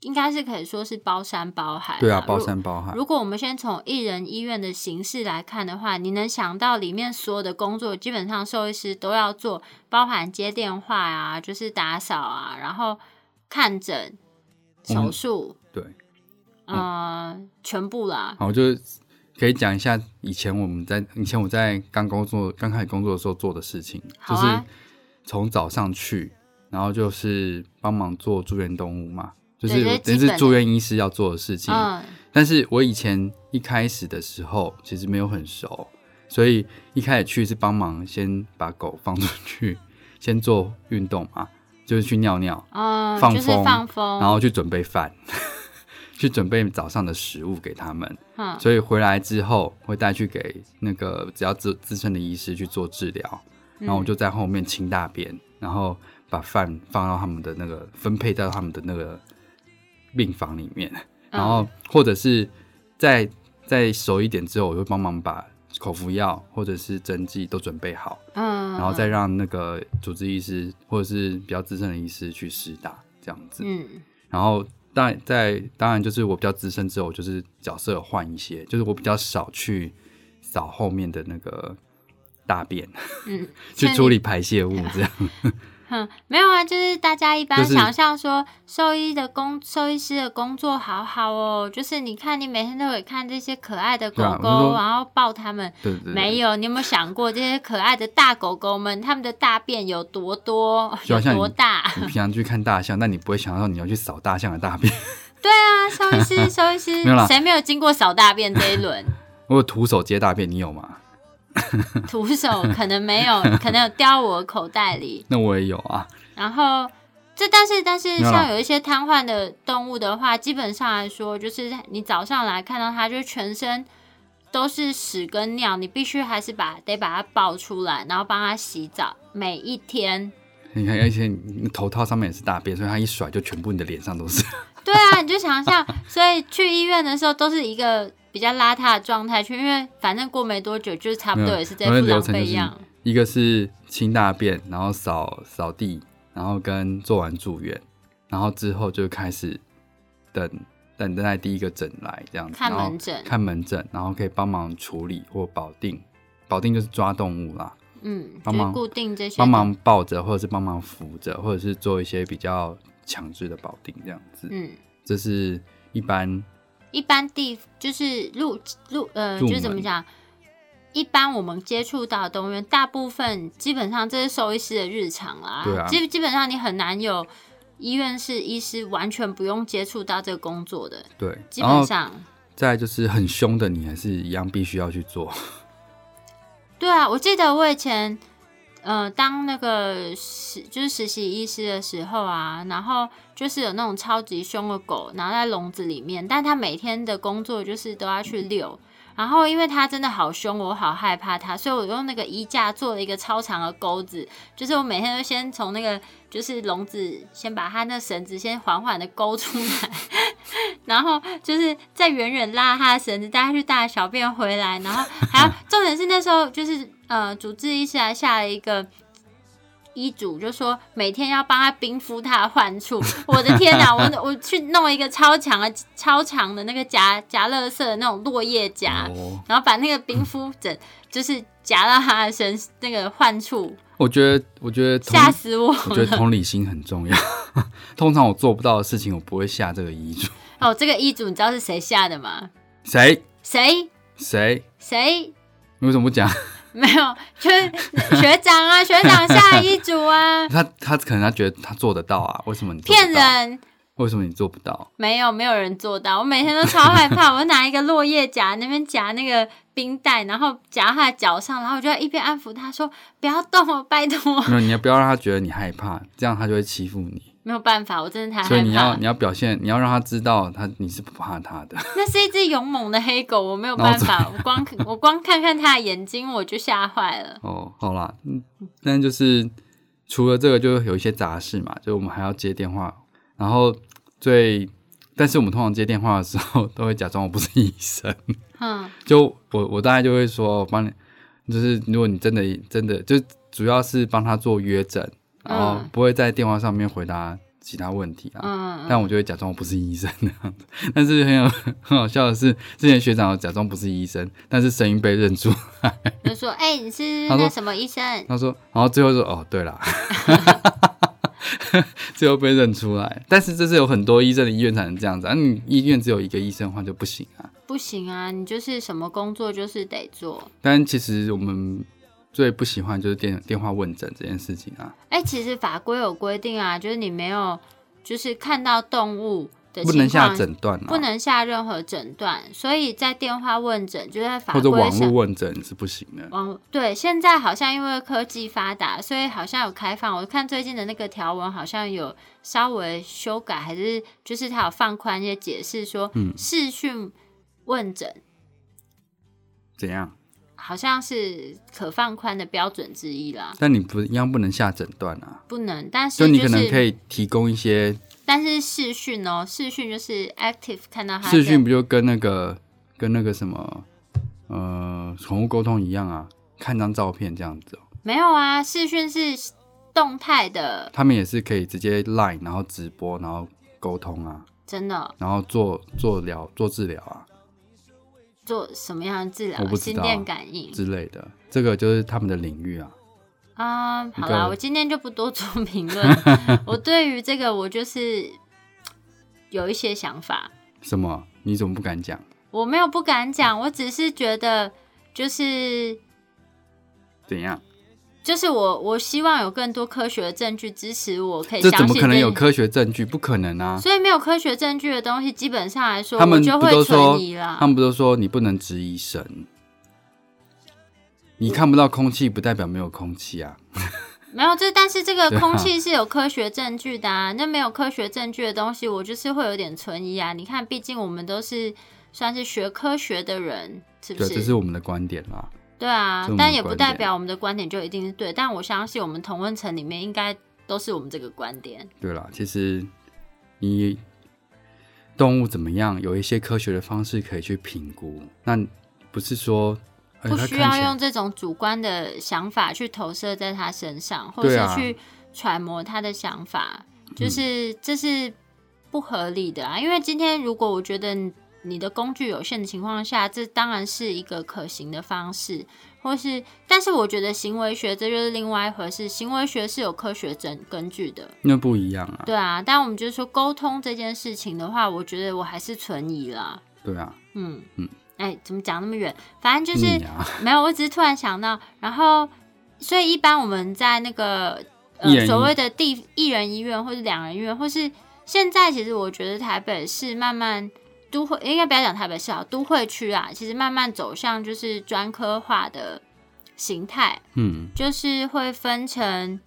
Speaker 2: 应该是可以说是包山包海啦。
Speaker 1: 对啊，包
Speaker 2: 如
Speaker 1: 山包海。
Speaker 2: 如果我们先从一人医院的形式来看的话，你能想到里面所有的工作，基本上兽医师都要做，包含接电话啊，就是打扫啊，然后看诊、手术，
Speaker 1: 对，嗯
Speaker 2: 呃，全部啦。
Speaker 1: 好，就是可以讲一下以前我们在以前我在刚工作刚开始工作的时候做的事情，
Speaker 2: 好
Speaker 1: 就是
Speaker 2: 啊
Speaker 1: 从早上去，然后就是帮忙做住院动物嘛，就是
Speaker 2: 对这
Speaker 1: 等
Speaker 2: 是
Speaker 1: 于
Speaker 2: 基本
Speaker 1: 是
Speaker 2: 的
Speaker 1: 住院医师要做的事情。
Speaker 2: 嗯，
Speaker 1: 但是我以前一开始的时候其实没有很熟，所以一开始去是帮忙先把狗放出去， 先做运动嘛，就是去尿尿，
Speaker 2: 嗯，
Speaker 1: 放
Speaker 2: 就是
Speaker 1: 风
Speaker 2: 放风，
Speaker 1: 然后去准备饭， 去准备早上的食物给他们。
Speaker 2: 嗯，
Speaker 1: 所以回来之后会带去给那个只要自自身的医师去做治疗，
Speaker 2: 嗯
Speaker 1: 然后我就在后面清大便，然后把饭放到他们的那个分配到他们的那个病房里面，
Speaker 2: 嗯
Speaker 1: 然后或者是再再熟一点之后，我会帮忙把口服药或者是针剂都准备好，
Speaker 2: 嗯，
Speaker 1: 然后再让那个主治医师或者是比较资深的医师去施打这样子。
Speaker 2: 嗯
Speaker 1: 然后但在当然就是我比较资深之后，我就是角色有换一些，就是我比较少去扫后面的那个大便，
Speaker 2: 嗯，
Speaker 1: 去
Speaker 2: 所以
Speaker 1: 处
Speaker 2: 你
Speaker 1: 理排泄物这样。
Speaker 2: 哼，没有啊，就是大家一般
Speaker 1: 就是
Speaker 2: 想象说，兽医的工，兽医师的工作好好哦，就是你看，你每天都会看这些可爱的狗
Speaker 1: 对啊我
Speaker 2: 狗，
Speaker 1: 是说
Speaker 2: 然后抱它们。
Speaker 1: 对对对，
Speaker 2: 没有，你有没有想过这些可爱的大狗狗们，它们的大便有多多，
Speaker 1: 就好
Speaker 2: 有
Speaker 1: 像
Speaker 2: 多大？ 啊
Speaker 1: 你平常去看大象，但你不会想到你要去扫大象的大便。
Speaker 2: 对啊，兽医师，兽医师
Speaker 1: 没有啦，
Speaker 2: 谁没有经过扫大便这一轮？
Speaker 1: 我有徒手接大便，你有吗？
Speaker 2: 徒手可能没有，可能有掉到我的口袋里。
Speaker 1: 那我也有啊。
Speaker 2: 然后这，但是但是
Speaker 1: 没有啦
Speaker 2: 像有一些瘫痪的动物的话，基本上来说，就是你早上来看到它，就全身都是屎跟尿，你必须还是把得把它抱出来，然后帮它洗澡，每一 天。
Speaker 1: 你看，而且你头套上面也是大便，所以它一甩就全部你的脸上都是。
Speaker 2: 对啊，你就想象，所以去医院的时候都是一个比较邋遢的状态去，因为反正过没多久，就是差不
Speaker 1: 没
Speaker 2: 多
Speaker 1: 有
Speaker 2: 也是这
Speaker 1: 我们的
Speaker 2: 副
Speaker 1: 流
Speaker 2: 狼
Speaker 1: 程
Speaker 2: 狈
Speaker 1: 就是
Speaker 2: 样。
Speaker 1: 一个是清大便，然后扫扫地，然后跟做完住院，然后之后就开始等等待第一个诊来这样子，
Speaker 2: 看
Speaker 1: 然后
Speaker 2: 门诊
Speaker 1: 看门诊，然后可以帮忙处理或保定，保定就是抓动物啦，
Speaker 2: 嗯，就
Speaker 1: 帮
Speaker 2: 是
Speaker 1: 忙
Speaker 2: 固定这些
Speaker 1: 帮。忙抱着或者是帮忙扶着，或者是做一些比较强制的保定这样子，
Speaker 2: 嗯，
Speaker 1: 这是一般
Speaker 2: 一般地就是入入呃，
Speaker 1: 入
Speaker 2: 就是怎么
Speaker 1: 门
Speaker 2: 讲？一般我们接触到的动物园，大部分基本上这是兽医师的日常啦。
Speaker 1: 对啊
Speaker 2: 基基本上你很难有医院是医师完全不用接触到这个工作的，
Speaker 1: 对，
Speaker 2: 基
Speaker 1: 然
Speaker 2: 本
Speaker 1: 后
Speaker 2: 上。
Speaker 1: 再来就是很凶的你还是一样必须要去做，
Speaker 2: 对啊，我记得我以前，呃，当那个实就是实习医师的时候啊，然后就是有那种超级凶的狗，然后在笼子里面，但它每天的工作就是都要去遛。然后，因为它真的好凶，我好害怕它，所以我用那个衣架做了一个超长的钩子，就是我每天都先从那个就是笼子，先把它那绳子先缓缓的勾出来，然后就是再远远拉他的绳子，带他去大小便回来，然后还要重点是那时候就是呃，主治医师还下了一个。医嘱就说每天要帮他冰敷他的患处，我的天哪！我我去弄一个超强的、超长的那个夹夹乐色的那种落叶夹，
Speaker 1: 哦，
Speaker 2: 然后把那个冰敷枕就是夹到他的身那个患处，
Speaker 1: 我觉得我觉得同
Speaker 2: 吓死我！
Speaker 1: 我觉得同理心很重要。 通常我做不到的事情，我不会下这个遗嘱。
Speaker 2: 哦，这个医嘱你知道是谁下的吗？
Speaker 1: 谁
Speaker 2: 谁
Speaker 1: 谁？
Speaker 2: 谁
Speaker 1: 你为什么不讲？，
Speaker 2: 没有，就是 学长啊，学长下一组啊
Speaker 1: 他他可能他觉得他做得到啊，为什么你做不到
Speaker 2: 骗？人。
Speaker 1: 为什么你做不到？
Speaker 2: 没有，没有人做到。我每天都超害 怕，我拿一个落叶夹，那边夹那个冰袋，然后夹他的脚上，然后我就要一边安抚他说：“不要动哦，拜托。
Speaker 1: 没有，你要不要让他觉得你害怕，这样他就会欺负你。”
Speaker 2: 没有办法，我真的太害怕
Speaker 1: 所以你要
Speaker 2: 了。
Speaker 1: 你要表现，你要让他知道他你是不怕他的。
Speaker 2: 那是一只勇猛的黑狗，我没有
Speaker 1: 然
Speaker 2: 办
Speaker 1: 后
Speaker 2: 法，我光我光看看它的眼睛我就吓坏了。
Speaker 1: 哦，好啦，嗯，但就是除了这个，就有一些杂事嘛，就我们还要接电话，然后最，但是我们通常接电话的时候 都会假装我不是医生。
Speaker 2: 嗯，
Speaker 1: 就我我大概就会说，我帮你，就是如果你真的真的，就主要是帮他做约诊，然后
Speaker 2: 嗯
Speaker 1: 不会在电话上面回答其他问题啊。
Speaker 2: 嗯，
Speaker 1: 但我就会假装我不是医生那样子，但是很有很好笑的是，之前学长有假装不是医生，但是声音被认出，
Speaker 2: 就说：“哎、你是
Speaker 1: 他说
Speaker 2: 那什么医生
Speaker 1: 他说，然后最后说哦，对 啦，最后被认出来。但是这是有很多医生的医院才能这样子，啊，你医院只有一个医生的话就不行啊。？”
Speaker 2: 不行啊，你就是什么工作就是得做。
Speaker 1: 但其实我们最不喜欢就是电电话问诊这件事情啊，
Speaker 2: 哎、其实法规有规定啊，就是你没有，就是看到动物的情
Speaker 1: 不能下
Speaker 2: 况，
Speaker 1: 诊断啊，
Speaker 2: 不能下任何诊断，所以在电话问诊就在法
Speaker 1: 或者
Speaker 2: 规
Speaker 1: 网络
Speaker 2: 上。
Speaker 1: 问诊是不行的。
Speaker 2: 网对，现在好像因为科技发达，所以好像有开放。我看最近的那个条文好像有稍微修改，还是就是它有放宽一些解释，说
Speaker 1: 嗯
Speaker 2: 视讯问诊
Speaker 1: 怎样？
Speaker 2: 好像是可放宽的标准之一啦，
Speaker 1: 但你不一样不能下诊断啊，
Speaker 2: 不能。但是
Speaker 1: 就你
Speaker 2: 就
Speaker 1: 可能
Speaker 2: 是
Speaker 1: 可以提供一些
Speaker 2: 但是视讯哦，视讯就是 active 看到他
Speaker 1: 视讯，不就跟那个跟那个什么呃宠物沟通一样啊，看张照片这样子、哦，
Speaker 2: 没有啊，视讯是动态的，
Speaker 1: 他们也是可以直接 Line 然后直播然后沟通啊，
Speaker 2: 真的
Speaker 1: 然后做做疗做治疗啊
Speaker 2: 做什么样的治疗？
Speaker 1: 我不知
Speaker 2: 心
Speaker 1: 道啊
Speaker 2: 电感应
Speaker 1: 之类的，这个就是他们的领域啊。
Speaker 2: 啊、好
Speaker 1: 你干
Speaker 2: 啦，
Speaker 1: 嘛
Speaker 2: 我今天就不多做 评论。我对于这个，我就是有一些想法，
Speaker 1: 什么？你怎么不敢讲？
Speaker 2: 我没有不敢讲，我只是觉得，就是
Speaker 1: 怎样？
Speaker 2: 就是我我希望有更多科学的证据支持我可以
Speaker 1: 这
Speaker 2: 相
Speaker 1: 怎
Speaker 2: 信
Speaker 1: 么可能有
Speaker 2: 件
Speaker 1: 科学证据？不可能啊！
Speaker 2: 所以没有科学证据的东西，基本上来说，
Speaker 1: 他们
Speaker 2: 我就
Speaker 1: 不都
Speaker 2: 会
Speaker 1: 说
Speaker 2: 存疑啦
Speaker 1: 他。们不都说你不能质疑神？你看不到空气，不代表没有空气啊！
Speaker 2: 没有这，但是这个
Speaker 1: 对啊
Speaker 2: 空气是有科学证据的啊。那没有科学证据的东西，我就是会有点存疑啊。你看，毕竟我们都是算是学科学的人，是不
Speaker 1: 对，
Speaker 2: 是？
Speaker 1: 这是我们的观点啦。
Speaker 2: 对啊
Speaker 1: 这是我，们
Speaker 2: 但
Speaker 1: 的
Speaker 2: 也不
Speaker 1: 观
Speaker 2: 代
Speaker 1: 点
Speaker 2: 表我们的观点就一定是对。但我相信我们同温层里面应该都是我们这个观点。
Speaker 1: 对啦，其实你动物怎么样，有一些科学的方式可以去评估。那不是说、哎
Speaker 2: 不
Speaker 1: 它
Speaker 2: 需
Speaker 1: 看
Speaker 2: 要
Speaker 1: 起来
Speaker 2: 用这种主观的想法去投射在他身上，或
Speaker 1: 对
Speaker 2: 是
Speaker 1: 啊嗯
Speaker 2: 去揣摩他的想法，就是这是不合理的啊。因为今天如果我觉得你你的工具有限的情况下，这当然是一个可行的方式，或是但是我觉得行为学这就是另外一回事，行为学是有科学证根据的，
Speaker 1: 那不一样啊。
Speaker 2: 对啊。但我们就是说沟通这件事情的话，我觉得我还是存疑啦。
Speaker 1: 对啊，
Speaker 2: 嗯
Speaker 1: 嗯
Speaker 2: 嗯，哎、怎么讲那么远？反正就是。
Speaker 1: 你啊，
Speaker 2: 没有，我只是突然想到，然后所以一般我们在那个
Speaker 1: 一人
Speaker 2: 呃
Speaker 1: 一
Speaker 2: 所谓的地一人医院或者两人医院，或是现在其实我觉得台北市慢慢都会，应该不要讲台北市啊，都会区啊，其实慢慢走向就是专科化的形态，
Speaker 1: 嗯，
Speaker 2: 就是会分成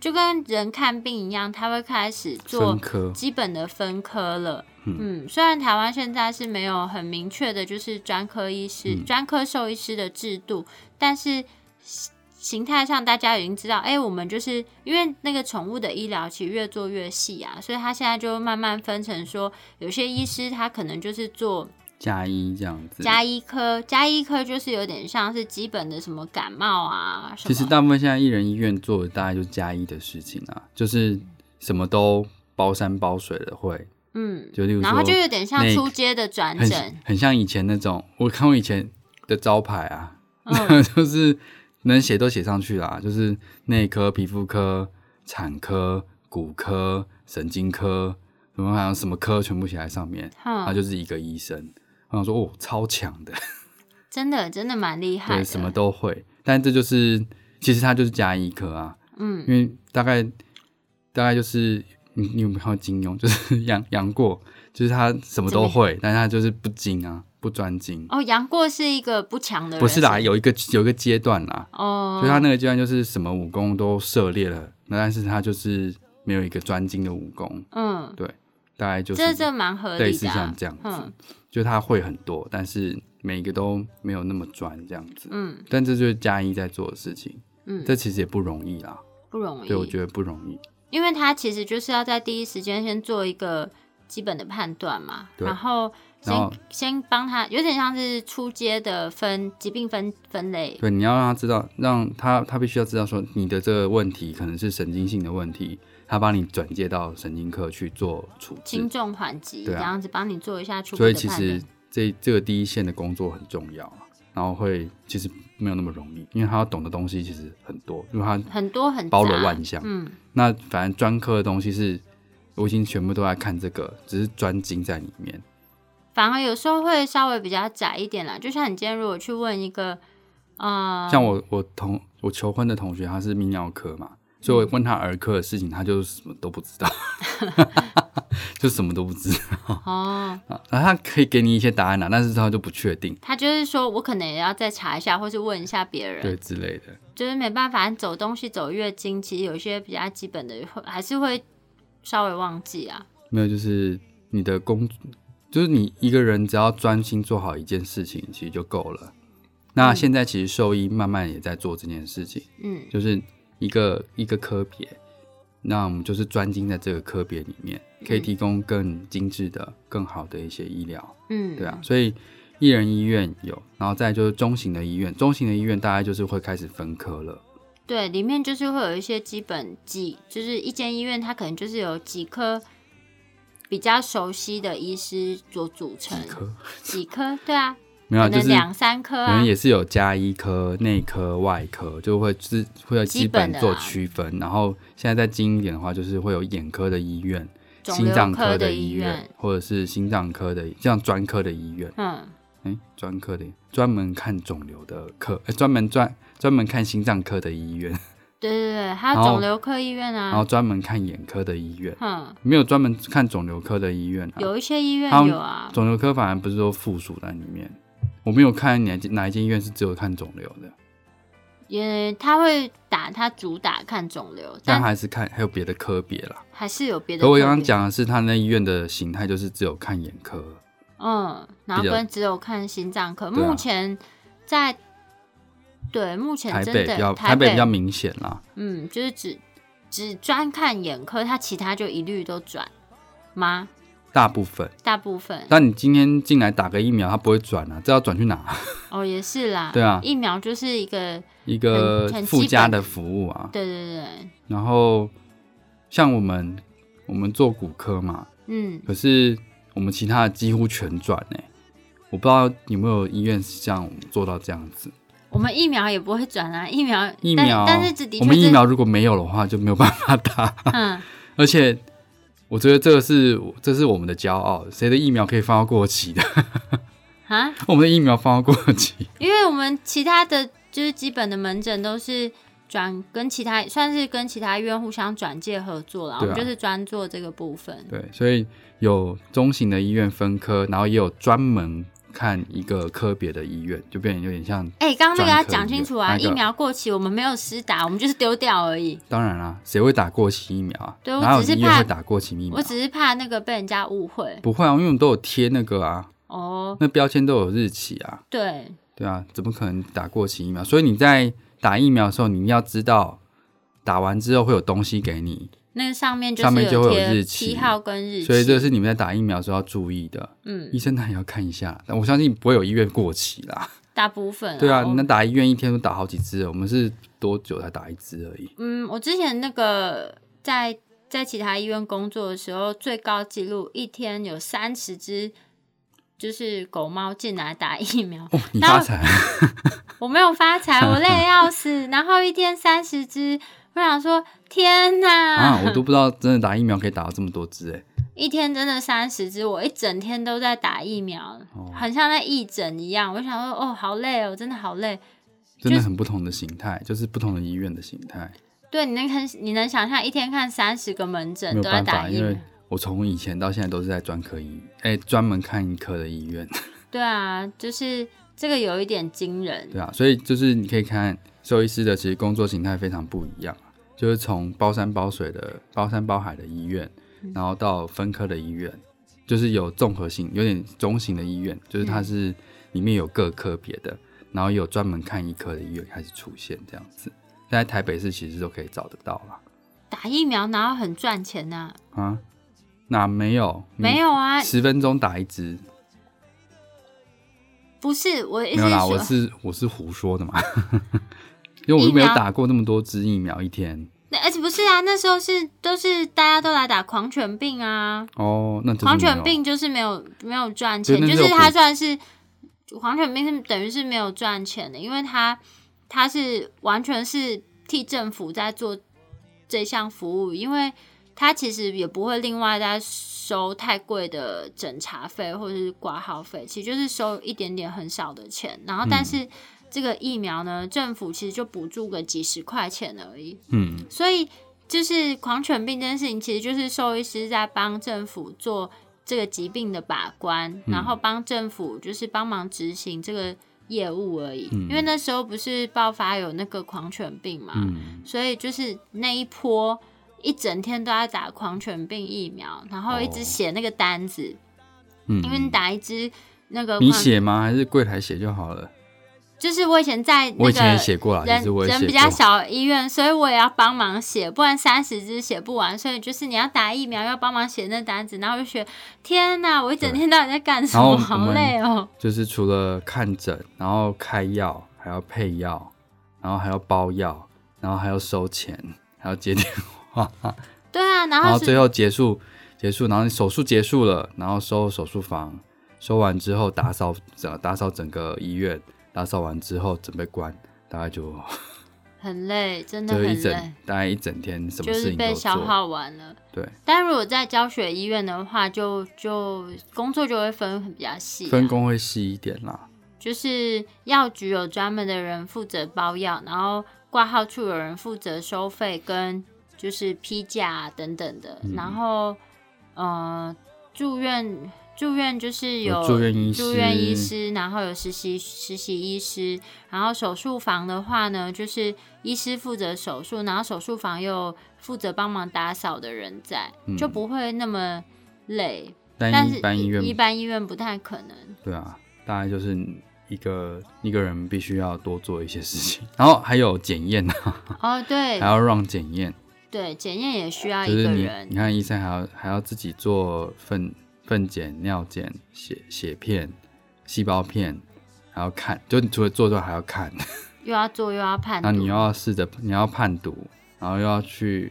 Speaker 2: 就跟人看病一样，他会开始做
Speaker 1: 分科
Speaker 2: 基本的分科了。嗯，虽然台湾现在是没有很明确的，就是专科医师、
Speaker 1: 嗯
Speaker 2: 专、科兽医师的制度，但是形形态上大家已经知道，哎、我们就是因为那个宠物的医疗其实越做越细啊，所以他现在就慢慢分成说，有些医师他可能就是做
Speaker 1: 加一这样子。
Speaker 2: 加医科，加医科就是有点像是基本的什么感冒啊什
Speaker 1: 其实
Speaker 2: 么，
Speaker 1: 大部分现在艺人医院做的大概就是加一的事情啊，就是什么都包山包水的会，
Speaker 2: 嗯，
Speaker 1: 就例如说，
Speaker 2: 然后就有点像
Speaker 1: 内
Speaker 2: 出街的转
Speaker 1: 很
Speaker 2: 诊，
Speaker 1: 很像以前那种，我看过以前的招牌啊，
Speaker 2: 嗯
Speaker 1: 就是能写都写上去啦，就是内科、皮肤科、产科、骨科、神经科，什么好像什么科全部写在上面， 他
Speaker 2: 哼，
Speaker 1: 就是一个医生。我想说，哦，超强的，
Speaker 2: 真的真的蛮厉害
Speaker 1: 对，
Speaker 2: 的，
Speaker 1: 什么都会。但这就是，其实他就是加医科啊，
Speaker 2: 嗯
Speaker 1: 因。为大概大概就是你你有没有看过金庸？ 就是杨杨过，就是他什么都会，但是他就是不精啊，不专精。
Speaker 2: 哦，杨过是一个不强的人，
Speaker 1: 不是啦，
Speaker 2: 吗
Speaker 1: 有一个有一个阶段啦，
Speaker 2: 哦，
Speaker 1: 就他那个阶段就是什么武功都涉猎了，那但是他就是没有一个专精的武功，
Speaker 2: 嗯，
Speaker 1: 大概就是
Speaker 2: 这这蛮合
Speaker 1: 类
Speaker 2: 理
Speaker 1: 似
Speaker 2: 的、
Speaker 1: 像
Speaker 2: 啊，
Speaker 1: 这样子
Speaker 2: 嗯，
Speaker 1: 就他会很多，但是每一个都没有那么专这样子。
Speaker 2: 嗯
Speaker 1: 但这就是嘉一在做的事情，
Speaker 2: 嗯，
Speaker 1: 这其实也不容易啦，
Speaker 2: 不容易，
Speaker 1: 对我觉得不容易。
Speaker 2: 因为他其实就是要在第一时间先做一个基本的判断嘛，
Speaker 1: 对
Speaker 2: 然后先
Speaker 1: 然后
Speaker 2: 先帮他，有点像是出街的分疾病分分类，
Speaker 1: 对，你要让他知道，让他他必须要知道说你的这个问题可能是神经性的问题，他帮你转介到神经科去做处置
Speaker 2: 轻。重缓急、
Speaker 1: 对
Speaker 2: 这
Speaker 1: 啊
Speaker 2: 样子帮你做一下初步
Speaker 1: 所
Speaker 2: 的
Speaker 1: 以其
Speaker 2: 判
Speaker 1: 实
Speaker 2: 断。
Speaker 1: 这这个第一线的工作很重要啊，然后会其实没有那么容易，因为他要懂的东西其实很多，因为他
Speaker 2: 很多很
Speaker 1: 包罗
Speaker 2: 杂
Speaker 1: 万象
Speaker 2: 嗯，
Speaker 1: 那反正专科的东西是我已经全部都在看这个，只是专精在里面。
Speaker 2: 反而有时候会稍微比较窄一点啦。就像你今天如果去问一个，呃，
Speaker 1: 像我我同我求婚的同学，他是泌尿科嘛，所以我问他儿科的事情，他就什么都不知道，就什么都不知道。
Speaker 2: 哦，
Speaker 1: 啊，然后他可以给你一些答案啊啦、但是他就不确定，
Speaker 2: 他就是说我可能也要再查一下，或是问一下别人，
Speaker 1: 对之类的。
Speaker 2: 就是没办法，你走东西走月经，其实有一些比较基本的会还是会稍微忘记啊。
Speaker 1: 没有，就是你的工，就是你一个人只要专心做好一件事情，其实就够了。那现在其实兽医慢慢也在做这件事情，
Speaker 2: 嗯
Speaker 1: 就是一个一个科别，那我们就是专精在这个科别里面，可以提供更精致的、更好的一些医疗。
Speaker 2: 嗯，
Speaker 1: 对啊，，所以一人医院有，然后再就是中型的医院，中型的医院大概就是会开始分科了。
Speaker 2: 对，里面就是会有一些基本几，就是一间医院它可能就是有几科比较熟悉的医师所组成
Speaker 1: 几，科？
Speaker 2: 几科，对啊，
Speaker 1: 没有啊，
Speaker 2: 可
Speaker 1: 就
Speaker 2: 能
Speaker 1: 是
Speaker 2: 两三颗
Speaker 1: 可
Speaker 2: 啊
Speaker 1: 能。也是有加医科、内科、外科，就会是会有基本做区分。然后现在再精一点的话，就是会有眼科的医院、
Speaker 2: 肿
Speaker 1: 心
Speaker 2: 瘤
Speaker 1: 脏
Speaker 2: 科
Speaker 1: 的
Speaker 2: 的医
Speaker 1: 院
Speaker 2: 院，
Speaker 1: 或者是心脏科的这样专科的医院。
Speaker 2: 嗯，
Speaker 1: 哎、专科的专门看肿瘤的科，哎、专门专专门看心脏科的医院，
Speaker 2: 对对对，还有
Speaker 1: 然后
Speaker 2: 肿瘤科医院
Speaker 1: 然
Speaker 2: 啊
Speaker 1: 后，专门看眼科的医院，
Speaker 2: 嗯，
Speaker 1: 没有专门看肿瘤科的医院、啊。
Speaker 2: 有一些医院
Speaker 1: 他们
Speaker 2: 有啊，
Speaker 1: 肿瘤科反而不是说附属在里面，我没有看哪间哪一间医院是只有看肿瘤的，
Speaker 2: 也他会打他主打看肿瘤，
Speaker 1: 但
Speaker 2: 但
Speaker 1: 还是看还有别的科别啦。
Speaker 2: 还是有别的。
Speaker 1: 可我刚刚，讲的是，他那医院的形态就是只有看眼科，
Speaker 2: 嗯，然后
Speaker 1: 比较
Speaker 2: 跟只有看心脏科，
Speaker 1: 对啊
Speaker 2: 目前在对目前
Speaker 1: 台
Speaker 2: 真
Speaker 1: 北
Speaker 2: 的
Speaker 1: 比较
Speaker 2: 台
Speaker 1: 北比较明显啦。
Speaker 2: 嗯，就是只只专看眼科，他其他就一律都转吗？
Speaker 1: 大部分，
Speaker 2: 大部分
Speaker 1: 但你今天进来打个疫苗，他不会转啊，这要转去哪？
Speaker 2: 哦也是啦，
Speaker 1: 对啊
Speaker 2: 疫苗就是一个
Speaker 1: 一个
Speaker 2: 很很基
Speaker 1: 附加
Speaker 2: 本
Speaker 1: 的服务啊。
Speaker 2: 对对对，
Speaker 1: 然后像我们我们做骨科嘛，
Speaker 2: 嗯，
Speaker 1: 可是我们其他的几乎全转哎、我不知道有没有医院是这样做到这样子。
Speaker 2: 我们疫苗也不会转啊，疫苗
Speaker 1: 疫
Speaker 2: 但
Speaker 1: 苗，
Speaker 2: 但是这的
Speaker 1: 我
Speaker 2: 确
Speaker 1: 们
Speaker 2: 是
Speaker 1: 疫苗如果没有的话，就没有办法打。
Speaker 2: 嗯
Speaker 1: 而且我觉得这个是这是我们的骄傲，谁的疫苗可以放到过期的？
Speaker 2: 啊，
Speaker 1: 我们的疫苗放到过期，
Speaker 2: 因为我们其他的就是基本的门诊都是转跟其他算是跟其他医院互相转介合作啦，我
Speaker 1: 对啊
Speaker 2: 们就是专做这个部分。
Speaker 1: 对，所以有中型的医院分科，然后也有专门看一个科别的医院，就变成有点像。
Speaker 2: 哎、刚刚那个要
Speaker 1: 专科医
Speaker 2: 讲清
Speaker 1: 院
Speaker 2: 楚啊，
Speaker 1: 哪一
Speaker 2: 疫
Speaker 1: 个
Speaker 2: 苗过期我们没有施打，我们就是丢掉而已。
Speaker 1: 当然啦，谁会打过期疫苗啊？
Speaker 2: 对我
Speaker 1: 哪有
Speaker 2: 只是
Speaker 1: 医院
Speaker 2: 怕
Speaker 1: 会打过期疫苗啊
Speaker 2: 我？只是怕那个被人家误会
Speaker 1: 不会啊，因为我们都有贴那个啊，
Speaker 2: 哦。
Speaker 1: 那标签都有日期啊，
Speaker 2: 对，
Speaker 1: 对啊，怎么可能打过期疫苗？所以你在打疫苗的时候，你要知道打完之后会有东西给你，
Speaker 2: 那个上面就
Speaker 1: 上
Speaker 2: 是
Speaker 1: 面就会有
Speaker 2: 贴
Speaker 1: 日期
Speaker 2: 批号跟日期，
Speaker 1: 所以这是你们在打疫苗的时候要注意的，
Speaker 2: 嗯
Speaker 1: 医生那也要看一下。但我相信不会有医院过期啦。
Speaker 2: 大部分
Speaker 1: 对啊，
Speaker 2: 我
Speaker 1: 那打医院一天都打好几支了，我们是多久才打一支而已？
Speaker 2: 嗯，我之前那个在在其他医院工作的时候，最高纪录一天有三十只，就是狗猫进来打疫苗，
Speaker 1: 哦，你
Speaker 2: 然后
Speaker 1: 发财，
Speaker 2: 我没有发财，我累得要死。然后一天三十只，我想说天哪，
Speaker 1: 啊！我都不知道真的打疫苗可以打到这么多支哎、
Speaker 2: 一天真的三十只，我一整天都在打疫苗，
Speaker 1: 哦
Speaker 2: 很像在义诊一样。我想说，哦，好累哦，真的好累。
Speaker 1: 真的很不同的形态，就是不同的医院的形态，
Speaker 2: 对，你能看，你能想象一天看三十个门诊
Speaker 1: 没有
Speaker 2: 都在
Speaker 1: 办
Speaker 2: 打
Speaker 1: 法，
Speaker 2: 疫
Speaker 1: 因为
Speaker 2: 苗？
Speaker 1: 我从以前到现在都是在专科医，哎、专门看一科的医院，
Speaker 2: 对啊，就是这个有一点惊人。
Speaker 1: 对啊，所以就是你可以看兽医师的，其实工作形态非常不一样啊，就是从包山包水的、包山包海的医院，
Speaker 2: 嗯
Speaker 1: 然后到分科的医院，就是有综合性、有点中型的医院，就是它是里面有各科别的，然后也有专门看医科的医院开始出现这样子，但在台北市其实都可以找得到啦。
Speaker 2: 打疫苗哪有很赚钱呐、
Speaker 1: 啊，哪没有？
Speaker 2: 没有啊，
Speaker 1: 十分钟打一支，
Speaker 2: 不是我的意
Speaker 1: 没有
Speaker 2: 思是
Speaker 1: 啦，我
Speaker 2: 说，
Speaker 1: 是我是胡说的嘛， 因为我都没有打过那么多支疫苗一天。
Speaker 2: 那而且不是啊，那时候是都是大家都来打狂犬病啊，
Speaker 1: 哦，那真是
Speaker 2: 狂
Speaker 1: 没
Speaker 2: 犬
Speaker 1: 有
Speaker 2: 病就是没有没有赚
Speaker 1: 对
Speaker 2: 钱，
Speaker 1: 那
Speaker 2: 就是是
Speaker 1: 有
Speaker 2: 它
Speaker 1: 补
Speaker 2: 算是狂犬病是等于是没有赚钱的，因为它它是完全是替政府在做这项服务，因为它其实也不会另外再收太贵的诊查费或者是挂号费，其实就是收一点点很少的钱，然后
Speaker 1: 嗯
Speaker 2: 但是这个疫苗呢，政府其实就补助个几十块钱而已，
Speaker 1: 嗯，
Speaker 2: 所以就是狂犬病这件事情，其实就是兽医师在帮政府做这个疾病的把关，然
Speaker 1: 嗯
Speaker 2: 后帮政府就是帮忙执行这个业务而已。因为那时候不是爆发有那个狂犬病嘛，
Speaker 1: 嗯
Speaker 2: 所以就是那一波一整天都在打狂犬病疫苗，然后一直
Speaker 1: 哦
Speaker 2: 写那个单子，
Speaker 1: 嗯，
Speaker 2: 因为你打一支那个
Speaker 1: 你
Speaker 2: 狂
Speaker 1: 写吗？还是柜台写就好了？
Speaker 2: 就是我以前在那个
Speaker 1: 我以前也写过啦，其
Speaker 2: 人
Speaker 1: 实我也
Speaker 2: 人
Speaker 1: 写
Speaker 2: 比较
Speaker 1: 过。
Speaker 2: 少的医院，所以我也要帮忙写，不然三十支写不完。所以就是你要打疫苗，要帮忙写那单子，然后我就觉得天哪，我一整天到底在干什
Speaker 1: 然后
Speaker 2: 么？
Speaker 1: 我们
Speaker 2: 好累哦。
Speaker 1: 就是除了看诊，然后开药，还要配药，然后还要包药，然后还要收钱，还要接电话，
Speaker 2: 对啊，然
Speaker 1: 然后
Speaker 2: 后是
Speaker 1: 最后结束结束，然后你手术结束了，然后收手术房，收完之后打扫整打扫整个医院，打扫完之后准备关，大概就
Speaker 2: 很累，真的
Speaker 1: 就
Speaker 2: 很
Speaker 1: 一整
Speaker 2: 累，
Speaker 1: 大概一整天什么
Speaker 2: 就
Speaker 1: 事
Speaker 2: 是
Speaker 1: 情都
Speaker 2: 被消
Speaker 1: 做，
Speaker 2: 耗完了。
Speaker 1: 对，
Speaker 2: 但如果在教学医院的话，就就工作就会分比较细、啊
Speaker 1: 分，工会细一点啦。
Speaker 2: 就是药局有专门的人负责包药，然后挂号处有人负责收费跟就是批假啊等等的，然后呃住院住院就是有
Speaker 1: 住院医师，
Speaker 2: 住院医师，然后有实习实习医师，然后手术房的话呢，就是医师负责手术，然后手术房又有负责帮忙打扫的人在，就不会那么累。但
Speaker 1: 但
Speaker 2: 是
Speaker 1: 一般医院
Speaker 2: 嗯一般医院不太可能。
Speaker 1: 对啊，大概就是一个一个人必须要多做一些事情，然后还有检验啊，
Speaker 2: 哦， 对
Speaker 1: 还要让检验，
Speaker 2: 对，检验也需要
Speaker 1: 就
Speaker 2: 一
Speaker 1: 是
Speaker 2: 个
Speaker 1: 你你
Speaker 2: 人，
Speaker 1: 看医生还要还要自己做粪粪检、尿检、血血片、细胞片，还要看，就你除了做之外还要看，
Speaker 2: 又要做又要判
Speaker 1: 那你
Speaker 2: 读
Speaker 1: 又，要试着你要判读，然后又要去，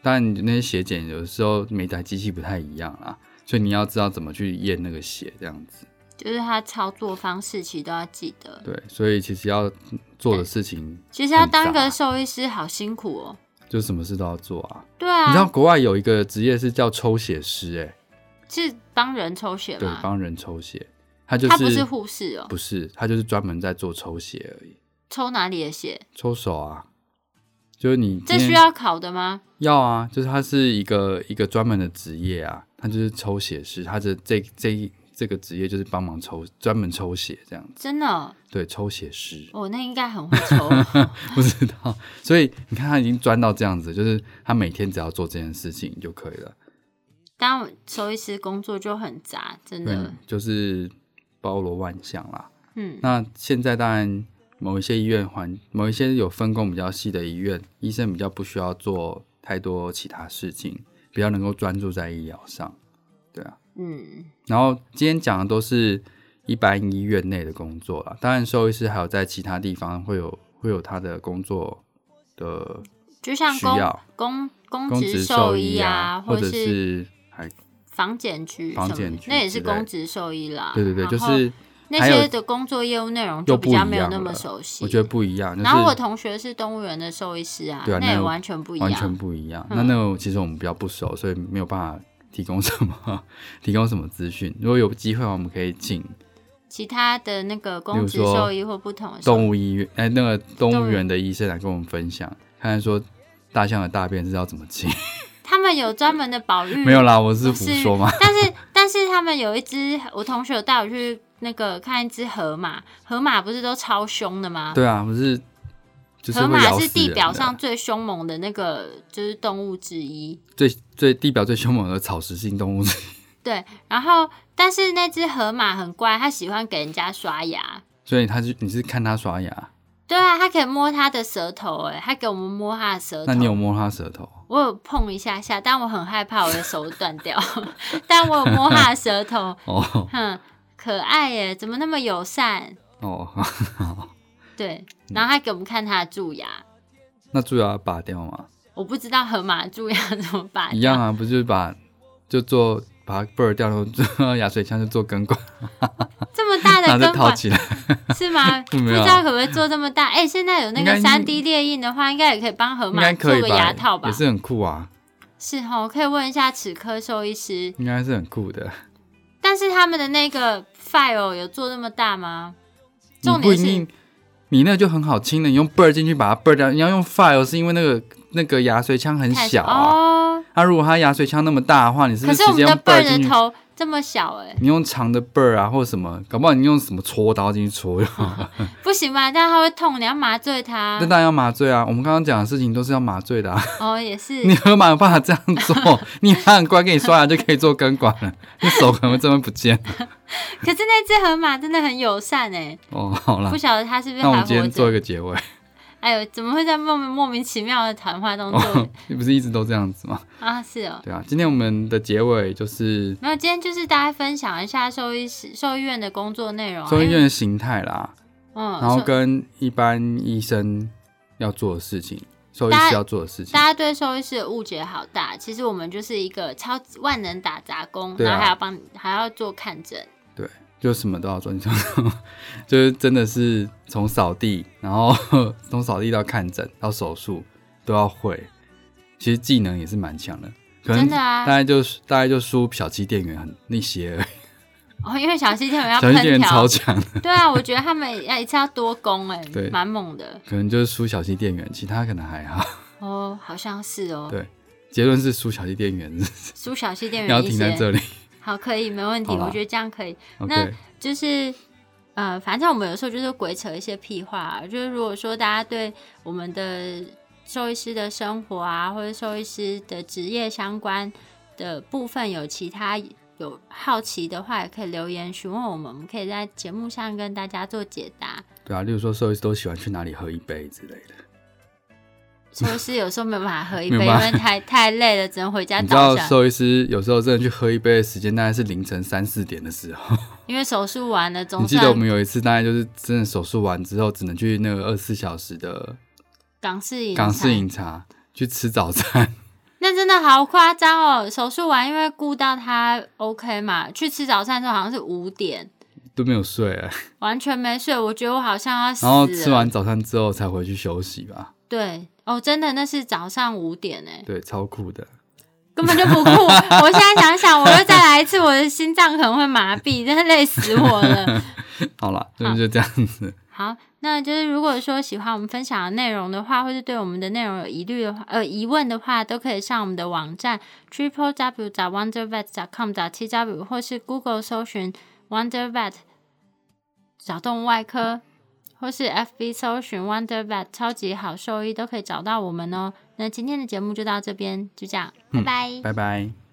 Speaker 1: 但你那些血检有时候每台机器不太一样啦，所以你要知道怎么去验那个血这样子。
Speaker 2: 就是他操作方式其实都要记得。
Speaker 1: 对，所以其实要做的事情
Speaker 2: 其实要
Speaker 1: 很
Speaker 2: 当一
Speaker 1: 杂
Speaker 2: 个兽医师好辛苦哦。
Speaker 1: 就什么事都要做啊。
Speaker 2: 对啊，
Speaker 1: 你知道国外有一个职业是叫抽血师、欸，
Speaker 2: 是帮人抽血
Speaker 1: 哎，对，
Speaker 2: 吗？
Speaker 1: 帮人抽血，他就
Speaker 2: 他
Speaker 1: 是
Speaker 2: 不是护士哦，
Speaker 1: 不是，他就是专门在做抽血而已，
Speaker 2: 抽哪里的血？
Speaker 1: 抽手啊，就是你今
Speaker 2: 这
Speaker 1: 天
Speaker 2: 需要考的吗？
Speaker 1: 要啊，就是他是一个一个专门的职业啊，他就是抽血师，他的这这一这个职业就是帮忙抽，专门抽血这样子，
Speaker 2: 真的哦，
Speaker 1: 对，抽血师
Speaker 2: 哦那应该很会抽。
Speaker 1: 不知道，所以你看他已经钻到这样子，就是他每天只要做这件事情就可以了，
Speaker 2: 当兽医师工作就很杂，真
Speaker 1: 对
Speaker 2: 的，，
Speaker 1: 就是包罗万象啦。
Speaker 2: 嗯，
Speaker 1: 那现在当然，某一些医院环，某一些有分工比较细的医院，医生比较不需要做太多其他事情，比较能够专注在医疗上。
Speaker 2: 嗯，
Speaker 1: 然后今天讲的都是一般医院内的工作啦，当然兽医师还有在其他地方会有会有他的工作的
Speaker 2: 就像
Speaker 1: 需
Speaker 2: 公
Speaker 1: 要，
Speaker 2: 公公
Speaker 1: 公职
Speaker 2: 职兽
Speaker 1: 兽
Speaker 2: 医
Speaker 1: 啊，
Speaker 2: 或
Speaker 1: 或者
Speaker 2: 是
Speaker 1: 是还
Speaker 2: 房检局什
Speaker 1: 房
Speaker 2: 么
Speaker 1: 检
Speaker 2: 的，
Speaker 1: 局
Speaker 2: 那也是
Speaker 1: 之类的
Speaker 2: 公职兽医啦。
Speaker 1: 对对对，
Speaker 2: 啊然
Speaker 1: 就
Speaker 2: 后
Speaker 1: 是
Speaker 2: 那
Speaker 1: 还有
Speaker 2: 些的工作业务内容就
Speaker 1: 又
Speaker 2: 比
Speaker 1: 不一
Speaker 2: 较
Speaker 1: 样
Speaker 2: 没有那么
Speaker 1: 了
Speaker 2: 熟悉。
Speaker 1: 我觉得不一样。就是
Speaker 2: 然后我同学是动物园的兽医师啊，
Speaker 1: 对啊
Speaker 2: 那
Speaker 1: 那
Speaker 2: 也
Speaker 1: 又
Speaker 2: 完全不一
Speaker 1: 完
Speaker 2: 样。嗯
Speaker 1: 全不一样。那那个其实我们比较不熟，所以没有办法提供什么 提供什么资讯。如果有机会，我们可以请
Speaker 2: 其他的那个
Speaker 1: 例
Speaker 2: 公
Speaker 1: 如
Speaker 2: 职
Speaker 1: 说
Speaker 2: 兽医或不同的兽
Speaker 1: 动物医院哎、那个动
Speaker 2: 动
Speaker 1: 物
Speaker 2: 物
Speaker 1: 园的医生来跟我们分享，看看说大象的大便是要怎么清。
Speaker 2: 他们有专门的保育，
Speaker 1: 没有啦，我是
Speaker 2: 嗯不
Speaker 1: 胡
Speaker 2: 是
Speaker 1: 说嘛。
Speaker 2: 但是但是他们有一只，我同学有带我去那个看一只河马，河马不是都超凶的吗？
Speaker 1: 对啊，不是，就是
Speaker 2: 河
Speaker 1: 会
Speaker 2: 马
Speaker 1: 咬
Speaker 2: 是
Speaker 1: 死
Speaker 2: 地
Speaker 1: 人啊
Speaker 2: 表
Speaker 1: 的
Speaker 2: 上最凶猛的那个就是动物之一。
Speaker 1: 最最地表最凶猛的草食性动物。
Speaker 2: 对，然后但是那只河马很乖，它喜欢给人家刷牙。
Speaker 1: 所以他就你是看他刷牙，
Speaker 2: 对啊，它可以摸它的舌头，哎，它给我们摸它的舌头。
Speaker 1: 那你有摸他舌头？
Speaker 2: 我有碰一下下，但我很害怕我的手断掉， 但我有摸它的舌头，
Speaker 1: 哦
Speaker 2: 哼，可爱耶，怎么那么友善？
Speaker 1: 哦，
Speaker 2: 对，
Speaker 1: 嗯
Speaker 2: 然后他给我们看他的蛀牙，
Speaker 1: 那蛀牙拔掉吗？
Speaker 2: 我不知道河马蛀牙怎么拔掉
Speaker 1: 一样啊，不就是把就做把它贝尔掉，然后做牙水枪就做根管，
Speaker 2: 这么大
Speaker 1: 然
Speaker 2: 的
Speaker 1: 后再
Speaker 2: 根
Speaker 1: 掏
Speaker 2: 管
Speaker 1: 起来。
Speaker 2: 是吗？不
Speaker 1: 没有啊
Speaker 2: 知道可不可以做这么大？哎、现在有那个
Speaker 1: 应该
Speaker 2: 三 D 列印的话，应该也可以帮河
Speaker 1: 应
Speaker 2: 马
Speaker 1: 该
Speaker 2: 做
Speaker 1: 可以
Speaker 2: 个牙套吧
Speaker 1: 也？是很酷啊，
Speaker 2: 是哦，可以问一下齿科兽医师。
Speaker 1: 应该是很酷的。
Speaker 2: 但是他们的那个 file 有做那么大吗？
Speaker 1: 你
Speaker 2: 重
Speaker 1: 不
Speaker 2: 点
Speaker 1: 一
Speaker 2: 是
Speaker 1: 定，你那个就很好清的，你用贝尔进去把它贝尔掉。你要用 file 是因为那个那个牙髓腔很
Speaker 2: 太
Speaker 1: 小啊，
Speaker 2: 哦，
Speaker 1: 它、如果它牙髓腔那么大的话，你是不
Speaker 2: 可
Speaker 1: 是
Speaker 2: 我
Speaker 1: 直接
Speaker 2: 们的
Speaker 1: 用贝
Speaker 2: 儿
Speaker 1: 尔进
Speaker 2: 的
Speaker 1: 去？
Speaker 2: 头这么小哎、
Speaker 1: 你用长的贝尔啊，或者什么，搞不好你用什么戳刀进去戳 就好了。
Speaker 2: 不行吧？但它会痛，你要麻醉它
Speaker 1: 那。当然要麻醉啊！我们刚刚讲的事情都是要麻醉的啊。
Speaker 2: 哦，也是。
Speaker 1: 你河马有办法这样做？ 你它很乖，给你刷牙就可以做根管了， 你手可能会真的不见。
Speaker 2: 可是那只河马真的很友善哎、
Speaker 1: 哦，好啦
Speaker 2: 不，晓得他是不是
Speaker 1: 那我
Speaker 2: 还
Speaker 1: 们今
Speaker 2: 活
Speaker 1: 天做一个
Speaker 2: 着？
Speaker 1: 结 尾。
Speaker 2: 哎呦，怎么会在莫名莫名其妙的谈话当中、
Speaker 1: 哦， 你不是一直都这样子吗？
Speaker 2: 啊？是哦，
Speaker 1: 对啊，今天我们的结尾就是
Speaker 2: 没有，今天就是大家分享一下兽医师、兽医院的工作内容啊。
Speaker 1: 中医
Speaker 2: 因为
Speaker 1: 院的形态啦，
Speaker 2: 嗯，
Speaker 1: 然后
Speaker 2: 兽
Speaker 1: 跟一般医生要做的事情，兽医
Speaker 2: 大
Speaker 1: 师
Speaker 2: 家
Speaker 1: 要做的事情
Speaker 2: 大。家对兽医师的误解好大，其实我们就是一个超万能打杂工，
Speaker 1: 对啊
Speaker 2: 然后还要帮还要做看诊。
Speaker 1: 对，就什么都要做，你知道吗？ 就是真的是从扫地，然后 从扫地到看诊到手术都要会。其实技能也是蛮强的，可能
Speaker 2: 真的啊
Speaker 1: 大概就是大概就输小七店员很那些而已，
Speaker 2: 哦，因为小西天有要
Speaker 1: 小七店
Speaker 2: 烹
Speaker 1: 员超
Speaker 2: 调，
Speaker 1: 强的，
Speaker 2: 对啊，我觉得他们要一次要多攻哎、
Speaker 1: 对
Speaker 2: 蛮猛的
Speaker 1: 可能就是输小七店员，其他可能还好。
Speaker 2: 哦，好像是哦。
Speaker 1: 对结论是输小七店员，
Speaker 2: 苏小西 店
Speaker 1: 要
Speaker 2: 员一
Speaker 1: 停在
Speaker 2: 些，
Speaker 1: 这里。
Speaker 2: 好，可以，没问题，
Speaker 1: 好啦
Speaker 2: 我觉得这样可以。那
Speaker 1: OK，
Speaker 2: 就是呃，反正我们有时候就是鬼扯一些屁话、啊，就是如果说大家对我们的兽医师的生活啊，或者兽医师的职业相关的部分有其他有好奇的话，也可以留言询问我们，我们可以在节目上跟大家做解答。
Speaker 1: 对啊，例如说兽医师都喜欢去哪里喝一杯之类的。
Speaker 2: 兽医师有时候没有办法喝一
Speaker 1: 没
Speaker 2: 杯，
Speaker 1: 有
Speaker 2: 因
Speaker 1: 办法
Speaker 2: 为太太累了，只能回家
Speaker 1: 你知道
Speaker 2: 倒下，
Speaker 1: 兽医师有时候真的去喝一杯的时间大概是凌晨三四点的时候。
Speaker 2: 因为手术完了，总
Speaker 1: 你记得我
Speaker 2: 算
Speaker 1: 们有一次大概就是真的手术完之后，只能去那个二十四小时的
Speaker 2: 港式饮
Speaker 1: 港
Speaker 2: 茶
Speaker 1: 式饮茶去吃早餐。
Speaker 2: 那真的好夸张哦！手术完，因为顾到他 OK 嘛，去吃早餐的时候好像是五点，
Speaker 1: 都没有睡、欸，
Speaker 2: 完全没睡，我觉得我好像要死
Speaker 1: 然
Speaker 2: 了。
Speaker 1: 后吃完早餐之后才回去休息吧。
Speaker 2: 对哦，真的那是早上五点哎，
Speaker 1: 对，超酷的。
Speaker 2: 根本就不酷。 我现在想想，我又再来一次，我的心脏可能会麻痹，真的累死我了。
Speaker 1: 好啦，那就这样子。
Speaker 2: 好，那就是如果说喜欢我们分享的内容的话，或是对我们的内容有疑虑的话，呃疑问的话，都可以上我们的网站 triple w wonder vet com t w 或是 Google 搜寻 wonder vet 小动物外科，或是 FB 搜寻 wonder vet 超级好兽医，都可以找到我们哦。那今天的节目就到这边，就这样，拜拜。
Speaker 1: 拜拜。